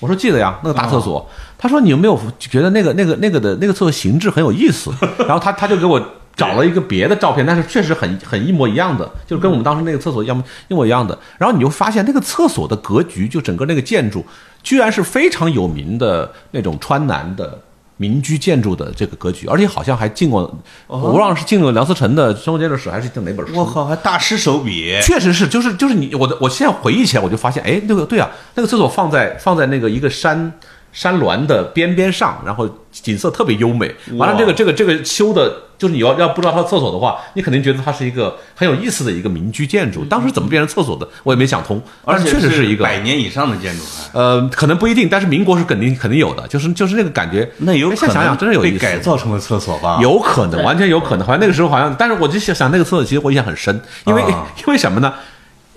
C: 我说：“记得呀，那个大厕所。她说：“你有没有觉得那个那个那个的那个厕所形制很有意思？” 然后她她就给我找了一个别的照片，但是确实很很一模一样的，就是跟我们当时那个厕所一样一模一样的。然后你就发现那个厕所的格局，就整个那个建筑，居然是非常有名的那种川南的。民居建筑的这个格局，而且好像还进过，我忘了是进了梁思成的《生活建筑史》还是进哪本书？
B: 我哦靠，还大师手笔，
C: 确实是，就是就是你我的，我现在回忆起来，我就发现，哎，那个对啊，那个厕所放在放在那个一个山山峦的边边上，然后景色特别优美。完了，这个这个这个修的，就是你要要不知道它的厕所的话，你肯定觉得它是一个很有意思的一个民居建筑。当时怎么变成厕所的，我也没想通，
B: 嗯而
C: 但
B: 且
C: 确实是一个。
B: 百年以上的建筑，啊
C: 呃，可能不一定，但是民国是肯定肯定有的，就是就是那个感觉。
B: 那有
C: 哎
B: 可
C: 现
B: 能
C: 在想想真是有意
B: 被
C: 思。
B: 改造成了厕所吧？
C: 有可能，
D: 对
C: 完全有可能。好像那个时候好像，但是我就想想那个厕所，其实我印象很深，因为、
B: 啊
C: 因为什么呢？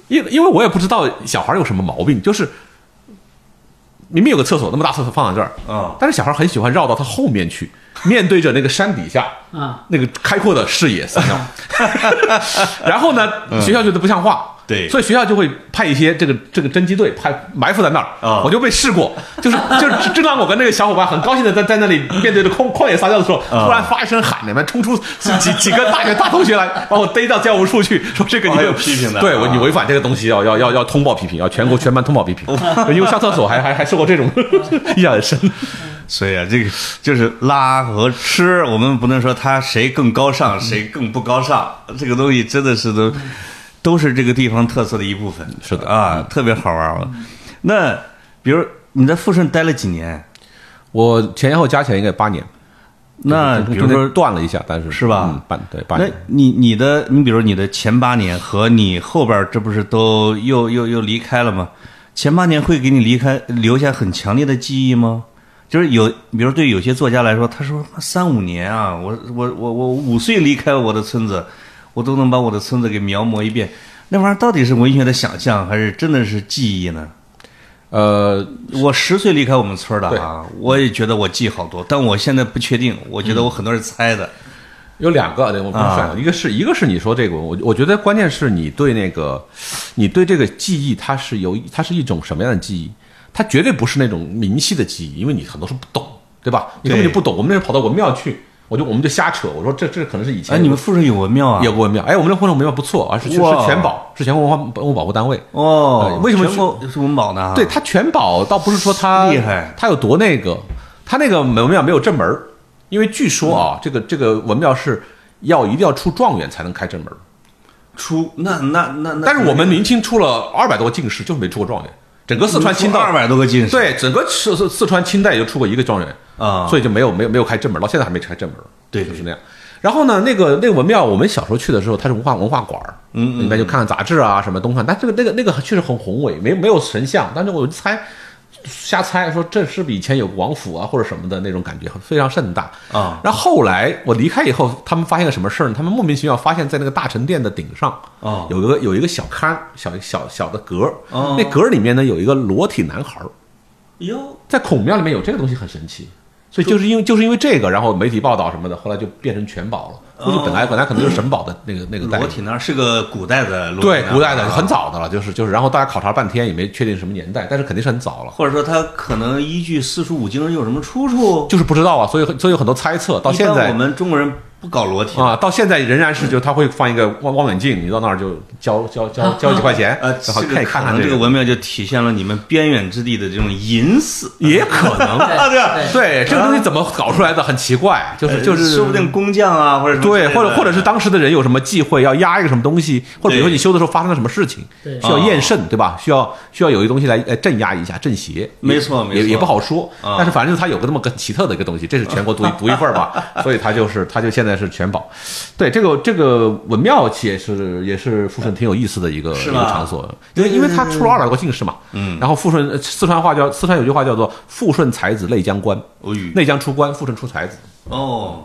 C: 因因为我也不知道小孩有什么毛病，就是明明有个厕所，那么大厕所放在这儿，
B: 啊
C: 但是小孩很喜欢绕到它后面去， 面对着那个山底下。
D: 啊，
C: 那个开阔的视野，三样 然后呢，学校觉得不像话，
B: 对
C: 所以学校就会派一些这个这个侦缉队派埋伏在那儿。
B: 啊
C: 我就被试过，就是就是正当我跟那个小伙伴很高兴的在在那里面对着旷旷野撒娇的时候，
B: 啊
C: 突然发一声喊，里面冲出几几个大学大同学来，把我逮到教务处去，说这个你
B: 还有
C: 有
B: 批评的
C: 对我
B: 啊
C: 你违反这个东西要要要要通报批评，要全国全班通报批评，
B: 哦
C: 因为上厕所还还还受过 这种印象很深。
B: 所以啊，这个就是拉和吃，我们不能说它谁更高尚，谁更不高尚，这个东西真的是都都是这个地方特色嗯的一部分。
C: 是的
B: 啊，特别好玩儿。那比如你在富顺待了几年？
C: 我前后加起来应该有八年，
B: 那
C: 就是
B: 比如说
C: 中间断了一下，但是
B: 是吧
C: 嗯，半对八
B: 那
C: 年。
B: 你你的你比如你的前八年和你后边儿这不是都又又又离开了吗？前八年会给你离开留下很强烈的记忆吗？就是有，比如对有些作家来说，他说三五年啊，我我我我五岁离开我的村子，我都能把我的村子给描摹一遍。那玩意儿到底是文学的想象，还是真的是记忆呢？
C: 呃，
B: 我十岁离开我们村儿的啊，我也觉得我记好多，但我现在不确定，我
C: 嗯
B: 觉得我很多是猜的。
C: 有两个，对我刚
B: 啊
C: 说，一个是一个是你说这个，我我觉得关键是你对那个，你对这个记忆，它是有它是一种什么样的记忆？它绝对不是那种明晰的记忆，因为你很多是不懂，对吧？你根本
B: 对
C: 就不懂。我们那时候跑到文庙去，我就我们就瞎扯，我说这这可能是以前
B: 哎，你们富顺有文庙啊？
C: 有过文庙，哎，我们这护城文庙不错啊，是是
B: 哇
C: 是全保，是全国文化文物保护单位。
B: 哦
C: 哎，为什么
B: 全国是文保啊呢？
C: 对，它全保倒不是说它
B: 厉害
C: 它有多那个，它那个文庙没有正门儿，因为据说啊，这个这个文庙是要一定要出状元才能开正门儿，
B: 出那那那那，
C: 但是我们明清出了二百多个进士，就是没出过状元，整个四川清
B: 二
C: 代
B: 百多个进士，
C: 对整个四四四川清代也就出过一个状元
B: 啊
C: 所以就没有没有没有开正门儿，到现在还没开正门儿，
B: 对
C: 就是那样。然后呢，那个那个文庙，我们小时候去的时候，它是文化文化馆儿，嗯，里面就看看杂志啊，什么东看。但这个那个那个确实很宏伟，没没有神像，但是我就猜，瞎猜说这是不是以前有王府啊或者什么的那种感觉，非常盛大
B: 啊
C: 然后后来我离开以后，他们发现个什么事儿呢？他们莫名其妙发现，在那个大成殿的顶上，
B: 哦
C: 有一个有一个小龛，小小小的格儿，
B: 哦
C: 那格儿里面呢有一个裸体男孩儿，
B: 哟，
C: 在孔庙里面有这个东西很神奇，所以就是因为就是因为这个，然后媒体报道什么的，后来就变成全保了。估计本来本来可能就是省保的那个那个待遇
B: 啊裸体那儿是个古代的裸体
C: 对
B: 那儿
C: 古代的
B: 啊
C: 很早的了，就是就是，然后大家考察半天也没确定什么年代，但是肯定是很早了，
B: 或者说他可能依据四书五经有什么出处？
C: 就是不知道啊，所以所以有很多猜测，到现
B: 一般
C: 在
B: 我们中国人不搞裸体
C: 啊，到现在仍然是就是他会放一个望望远镜，你到那儿就交 交交交几块钱，
B: 呃，
C: 然后
B: 这
C: 看
B: 个
C: 一
B: 可
C: 看看
B: 能这
C: 个
B: 个文庙就体现了你们边远之地的这种隐私，
C: 也可能
B: 啊， 对吧？
C: 对这个东西怎么搞出来的很奇怪，就是就是
B: 说不定工匠啊，或者什么
C: 对
B: 之，类的
C: 或者或者是当时的人有什么忌讳，要压一个什么东西，或者比如说
B: 对
C: 你修的时候发生了什么事情，
D: 对
C: 需要验肾，对吧？需要需要有一个东西来呃镇压一下，镇邪。
B: 没错没错
C: 也也不好说
B: 啊，
C: 但是反正它有个那么个奇特的一个东西，这是全国独一独一份儿吧， 所以它就是它就现在是全保。对，这个这个文庙其实也是也是富顺挺有意思的一个
B: 是
C: 一个
B: 吧
C: 场所，因为因为它出了二百多个进士嘛，嗯，然后富顺呃四川话叫四川有句话叫做富顺才子内江官，
B: 哦语
C: 内江出官，富顺出才子。
B: 哦，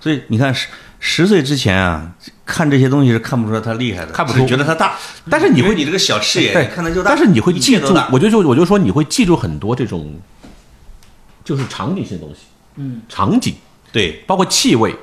B: 所以你看十十岁之前啊，看这些东西是看不出来他厉害的，
C: 看不
B: 只
C: 出
B: 觉得他大，
C: 但是你
B: 因
C: 会
B: 为你这个小视野，
C: 对，
B: 你看他就大，
C: 但是你会记
B: 一切
C: 住
B: 都大，
C: 我就就我就说你会记住很多这种，就是场景性的东西，嗯，场景
B: 对，
C: 包括气味，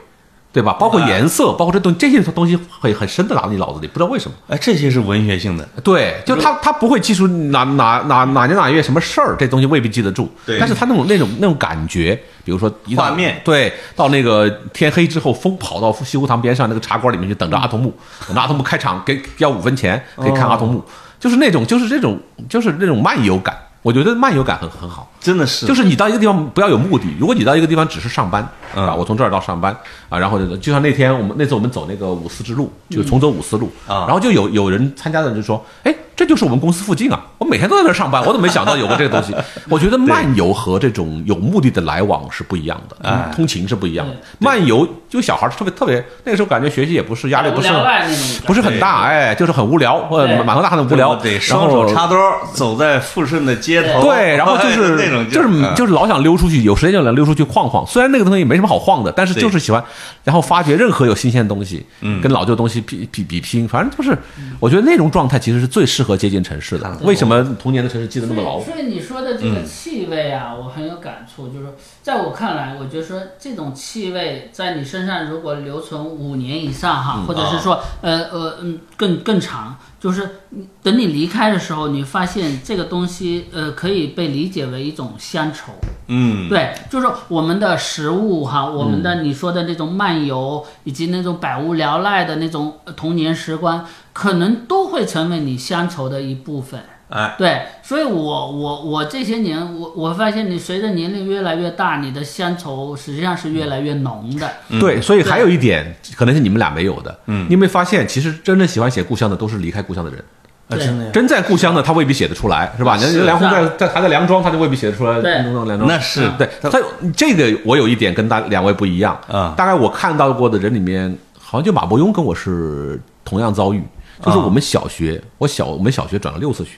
C: 对吧？包括
B: 啊
C: 颜色，包括这东这些东西很很深的打到你脑子里，不知道为什么。
B: 哎，这些是文学性的，
C: 对，就他他不会记住哪哪哪哪年哪月什么事儿，这东西未必记得住。
B: 对
C: 但是他那种那种那种感觉，比如说一到
B: 画面
C: 对，到那个天黑之后，风跑到西湖塘边上那个茶馆里面去等着阿童木，等着阿童木开场给要五分钱可以看阿童
B: 哦
C: 木，就是那种就是这种就是那种漫游感，我觉得漫游感很很好。
B: 真的是
C: 就是你到一个地方不要有目的。如果你到一个地方只是上班，
B: 嗯
C: 啊，我从这儿到上班啊，然后就就像那天我们那次我们走那个五四之路，就重走五四路
B: 嗯啊
C: 然后就有有人参加的人就说，哎，这就是我们公司附近啊，我每天都在那儿上班，我怎么没想到有个这个东西？ 我觉得漫游和这种有目的的来往是不一样的，
B: 哎
C: 通勤是不一样的。漫游就小孩儿特别特别，那个时候感觉学习也不是压力不是
D: 无聊
C: 很
D: 赖那种感觉
C: 不是很大，哎，就是很无聊，呃
D: 对，
C: 满头大汗的无聊，
B: 对，
C: 然
B: 双
C: 后
B: 手插兜走在富顺的街头，哎
C: 对，然后就是
B: 哦那种劲
C: 就
B: 儿
C: 是
B: 嗯
C: 就是老想溜出去，有时间就想溜出去晃晃。虽然那个东西没什么好晃的，但是就是喜欢，然后发掘任何有新鲜的东西，
B: 嗯
C: 跟老旧东西比比比拼，反正就是我觉得那种状态其实是最适合接近城市嗯的。为什么童年的城市记得那么嗯牢
D: 所？以所以你说的这个气味啊，我很有感触。就是在我看来，我觉得说这种气味在你身上如果留存五年以上哈，
C: 嗯
D: 或者是
C: 啊
D: 说、呃呃嗯更更长，就是你等你离开的时候，你发现这个东西呃可以被理解为一种乡愁。
B: 嗯，
D: 对，就是我们的食物哈，
C: 嗯
D: 我们的你说的那种漫游，以及那种百无聊赖的那种呃童年时光，可能都会成为你乡愁的一部分。
B: 哎，
D: 对，所以我我我这些年，我我发现你随着年龄越来越大，你的乡愁实际上是越来越浓的。
B: 嗯
C: 对，所以还有一点可能是你们俩没有的，嗯，你有没有发现，其实真正喜欢写故乡的都是离开故乡的人。
B: 啊
D: 对
B: 真的呀，
C: 真在故乡呢，他未必写得出来，是吧？
B: 是啊
C: 你梁红
D: 是
C: 在在他在梁庄，他就未必写得出来。
D: 对
C: 梁庄
B: 那是
C: 对，他这个我有一点跟大两位不一样
B: 啊
C: 大概我看到过的人里面，好像就马伯庸跟我是同样遭遇，就是我们小学，
B: 嗯
C: 我小我们小学转了六次学。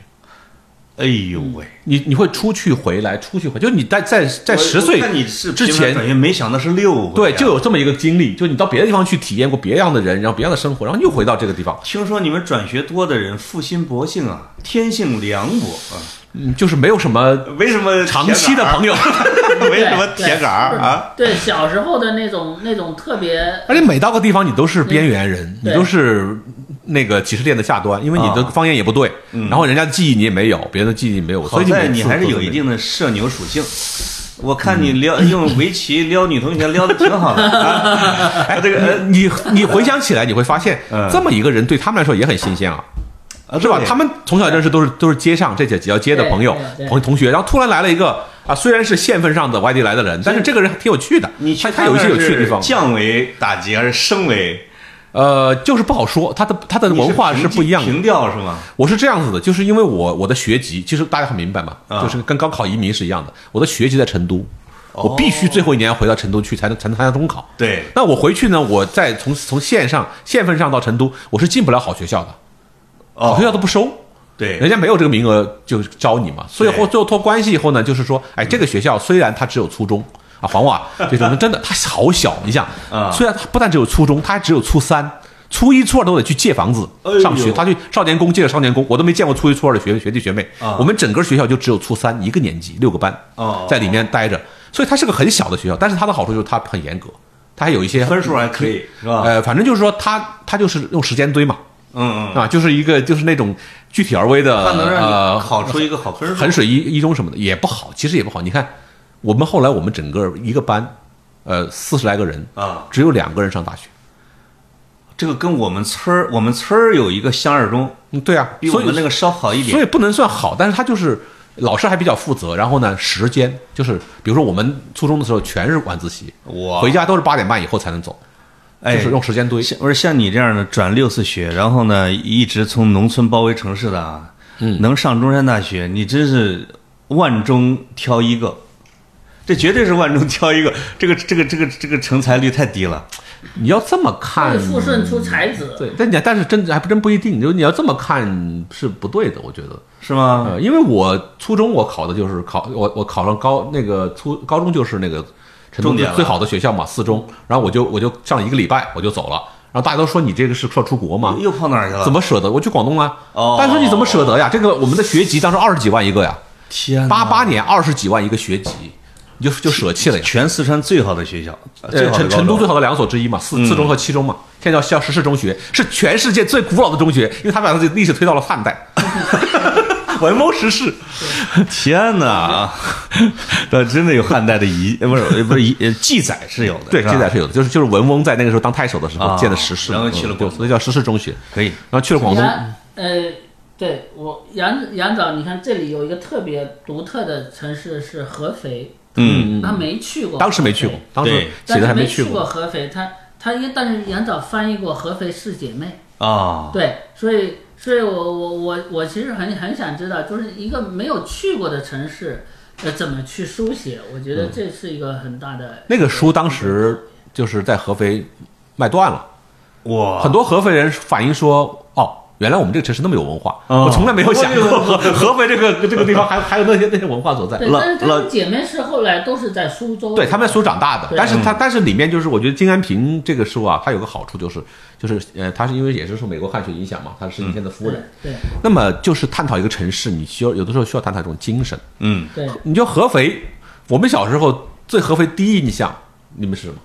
B: 哎呦喂，
C: 你你会出去回来，出去回，就你在在在
B: 我
C: 十岁
B: 我看你是
C: 之
B: 频繁
C: 前
B: 转运，没想到是六，啊
C: 对，就有这么一个经历，就你到别的地方去体验过别样的人，然后别样的生活，然后又回到这个地方，
B: 听说你们转学多的人，父心薄幸啊，天性凉薄啊，
C: 嗯就是没有什么
B: 为什么
C: 长期的朋
B: 友？
C: 友。
B: 为什么铁杆儿啊？
D: 对，小时候的那种那种特别
C: 而且每到个地方，你都是边缘人，你
D: 对
C: 都是那个歧视链的下端，因为你的
B: 嗯啊
C: 方言也不对，然后人家的记忆你也没有，别人的记忆没有，
B: 好
C: 所以
B: 在
C: 每
B: 你
C: 次
B: 还是
C: 都
B: 有一
C: 那
B: 定的社牛属性，我
C: 嗯
B: 看你撩用围棋撩女同学撩的挺好的，啊
C: 哎，这个你你回想起来，你会发现
B: 嗯
C: 这么一个人对他们来说也很新鲜啊。
B: 啊
C: 是吧？
B: 对
C: 他们从小认识都是都是街上这几条街的朋友
D: 对对对
C: 朋同学，然后突然来了一个啊，虽然是县份上的外地来的人，但是这个人挺有趣的，
B: 你
C: 他
B: 去
C: 他有一些有趣的地方，
B: 降维打击还是升维？
C: 呃，就是不好说，他的他的
B: 你
C: 文化是
B: 平
C: 不一样的。
B: 平调是吗？
C: 我是这样子的，就是因为我我的学籍，其实大家很明白嘛，
B: 啊
C: 就是跟高考移民是一样的。我的学籍在成都，我必须最后一年要回到成都去才能才能参加中考。
B: 对
C: 那我回去呢，我再从从县上县份上到成都，我是进不了好学校的，好学校
B: 哦，
C: 都哎不收。
B: 对，
C: 人家没有这个名额就招你嘛，所以
B: 对
C: 后最后托关系以后呢，就是说，哎，这个学校虽然它只有初中啊，黄瓦这种真的它好小，你 想
B: 啊，
C: 虽然它不但只有初中，它还只有初三、初一、初二都得去借房子
B: 哎呦
C: 上学，他去少年宫借了少年宫，我都没见过初一、初二的学学弟学妹
B: 啊，
C: 我们整个学校就只有初三一个年级六个班
B: 哦
C: 在里面待着，所以它是个很小的学校，但是它的好处就是它很严格，它还有一些
B: 哦分数还可以是吧？
C: 呃，反正就是说它它就是用时间堆嘛。
B: 嗯嗯，
C: 啊，就是一个就是那种具体而微的，
B: 那能让
C: 呃
B: 你，考出一个好分数，
C: 衡水一一中什么的也不好，其实也不好。你看，我们后来我们整个一个班，呃，四十来个人，
B: 啊。
C: 只有两个人上大学。
B: 这个跟我们村儿，我们村儿有一个乡二中，
C: 嗯，对啊，
B: 比我
C: 所以
B: 们那个稍好一点。
C: 所以不能算好，但是他就是老师还比较负责。然后呢，时间就是，比如说我们初中的时候全是晚自习，
B: 哇
C: 回家都是八点半以后才能走，
B: 哦哎，
C: 就是用时间堆。
B: 像我说像你这样的转六次学，然后呢一直从农村包围城市的啊，
C: 嗯
B: 能上中山大学，你真是万中挑一个，这绝对是万中挑一个。这个这个这个这个成才率太低了。
C: 你要这么看，
D: 富顺出才子，
C: 嗯对，但你但是真还真不一定，就是你要这么看是不对的，我觉得。
B: 是吗？
C: 呃，因为我初中我考的就是考我我考上高那个初高中就是那个成都
B: 重点
C: 最
B: 了
C: 最好的学校嘛四中，然后我就我就上了一个礼拜我就走了，然后大家都说你这个是要出国嘛，
B: 又跑哪儿去了？
C: 怎么舍得？我去广东啊，
B: 呃哦
C: 但是你怎么舍得呀？这个我们的学籍当时二十几万一个呀，
B: 天
C: 八八年二十几万一个学籍，你就就舍弃了呀。
B: 全四川最好的学校，最
C: 呃，
B: 好的
C: 成
B: 高
C: 成都
B: 中
C: 最好的两所之一嘛，四
B: 嗯
C: 四中和七中嘛，现在叫叫石室中学，是全世界最古老的中学，因为他把它的历史推到了汉代，文谋石室。
B: 天哪，那真的有汉代的遗，不是不是遗呃记载是有的，
C: 对，
B: 吧
C: 记载是有的，就是就是文翁在那个时候当太守的时
B: 啊
C: 候建的石室嘛，
B: 然后去了广
C: 嗯对
B: 东
C: 所以叫石室中学。
B: 可以。
C: 然后去了广东，嗯
D: 杨呃，对我杨杨导，你看这里有一个特别独特的城市是合肥，
B: 嗯，
D: 他没去过，
C: 当时没去过，，当时
B: 对
C: 写
D: 但
C: 的
D: 是
C: 还
D: 没
C: 去
D: 过
C: 过。
D: 合肥，他他因为但是杨导翻译过合肥四姐妹，
B: 啊，
D: 对，所以所以我我我我其实很很想知道，就是一个没有去过的城市。呃，怎么去书写？我觉得这是一个很大的。
C: 嗯那个书当时就是在合肥卖断了，
B: 哇，
C: 很多合肥人反映说，哦，原来我们这个城市那么有文化，
B: 哦
C: 我从来没有想过 合合肥这个这个地方还 还有那些那些文化所在。
D: 对，
B: 老
D: 但是她
B: 老
D: 们姐妹是后来都是在苏州。
C: 对，他们在苏长大的，
D: 对
C: 但是他但是里面就是我觉得金安平这个书啊，它有个好处就是就是呃，它是因为也是受美国汉学影响嘛，她是你现的夫
D: 对
C: 人，
D: 对
C: 那么就是探讨一个城市，你需要有的时候需要探讨一种精神。
B: 嗯，
D: 对，
C: 你就合肥，我们小时候最合肥第一印象，你们是什么？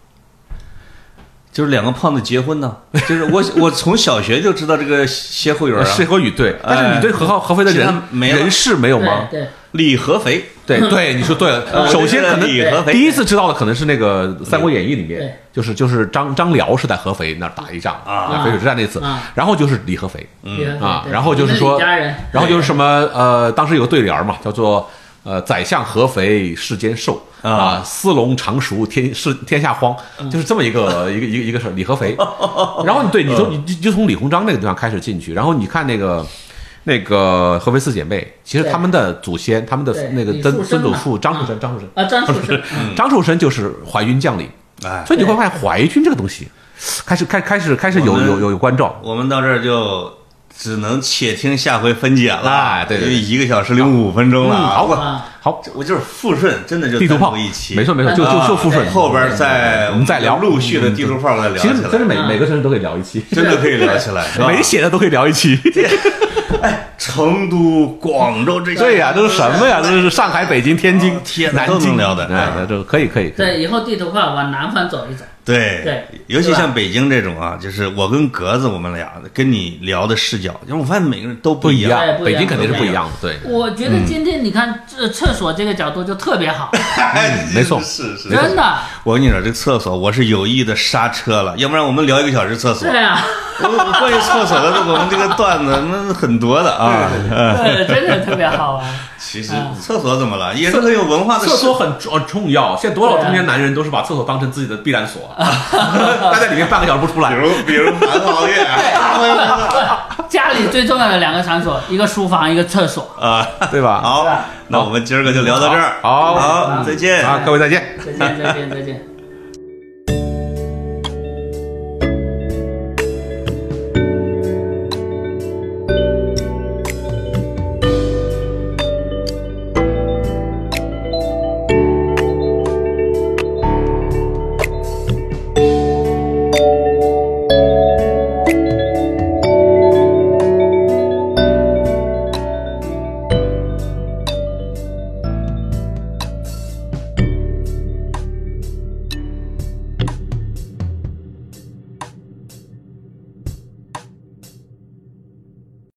B: 就是两个胖子结婚呢，就是我我从小学就知道这个歇后语儿啊，
C: 是和语对，但是你对合合合肥的
B: 其
C: 人
B: 他没了
C: 人事没有吗？
D: 对对
B: 李合肥，
C: 对对，你说对了。
D: 嗯
B: 呃
C: 首先
B: 这个
C: 可能
B: 李合肥
C: 第一次知道的可能是那个《三国演义》里
D: 对
C: 面，就是就是张张辽是在合肥那儿打一仗
B: 啊
C: 淝水之战那次
D: 啊，
C: 然后就是李合肥，
D: 对对
C: 啊
D: 对
C: 然后就是
D: 你们
C: 说
D: 李家人，
C: 然后就是什么呃，当时有个对联儿嘛，叫做呃“宰相合肥世间瘦”
B: 啊
C: 啊，“斯龙常熟天世天下荒”，
D: 嗯
C: 就是这么一个 一个一个一个事儿。李合肥，然后你对你
D: 嗯
C: 从你就就从李鸿章那个地方开始进去，然后你看那个。那个合肥四姐妹，其实
D: 对
C: 他们的祖先，他们的
D: 对
C: 那个
D: 李
C: 曾
D: 树
C: 曾
D: 生
C: 祖
D: 嘛
C: 父张
D: 啊
C: 树声，张树声，
D: 啊，张楚 生，嗯
C: 张树声就是淮军将领，
B: 哎，
C: 所以你会
D: 对
C: 发现淮军这个东西，开始开开始开始有
B: 我们
C: 有有有关照，
B: 我们到这儿就只能且听下回分解了，
C: 哎对对对
B: 因为
C: 嗯
B: 一个小时零五分钟了啊，
C: 好
B: 我
D: 啊，
C: 好，
B: 我就是富顺，真的就
C: 地图
B: 单
C: 炮
B: 独一期，
C: 没错没错，就就就富顺
B: 啊，后边再
C: 我们哎再聊嗯
B: 陆续的地图炮再聊
C: 其
B: 起
C: 实真的
B: 来，
C: 每
D: 嗯
C: 每个城市都可以聊一 期，
B: 真的可以聊起来，是吧
C: 没写的都可以聊一期。
B: 成都、广州这些，
C: 对呀、这是什么呀？这是上海、北京、天津、
B: 天哪
C: 南京
B: 都能聊的
C: 哎，那就可以可以。可以
D: 对，以后地图炮往南方走一走，
B: 对
D: 对
B: 尤其
D: 是吧
B: 像北京这种啊，就是我跟格子我们俩跟你聊的视角，因为我发现每个人都
C: 不
B: 一
C: 一
B: 样，
C: 样，
D: 对不一
C: 北
D: 样
C: 京肯定是
D: 不
C: 不
D: 一
C: 一
D: 样
C: 样的。对，
D: 我觉得今天你看，这彻厕所这个角度就特别好，
B: 哎
C: 嗯没错
B: 是是，
D: 真的。
B: 我跟你说，这厕所我是有意的刹车了，要不然我们聊一个小时厕所。
D: 对啊，
B: 我我关于厕所的，我们这个段子那很多的啊。嗯
D: 对，真的特别好玩。
B: 其实厕所怎么了，也是很有文化的
C: 厕
B: 事。
C: 所很重很重要，现在多少中
D: 啊
C: 年男人都是把厕所当成自己的避难 所，待在里面半个小时不出
B: 比
C: 来。
B: 如比如 韩浩月，
D: 家里最重要的两个场所，一个书房，一个厕所。
B: 啊，
C: 对吧
B: 好，那我们今儿个就聊到这儿，
C: 好
B: 好，再见。
C: 啊，各位再见。
D: 再见，再见，再见。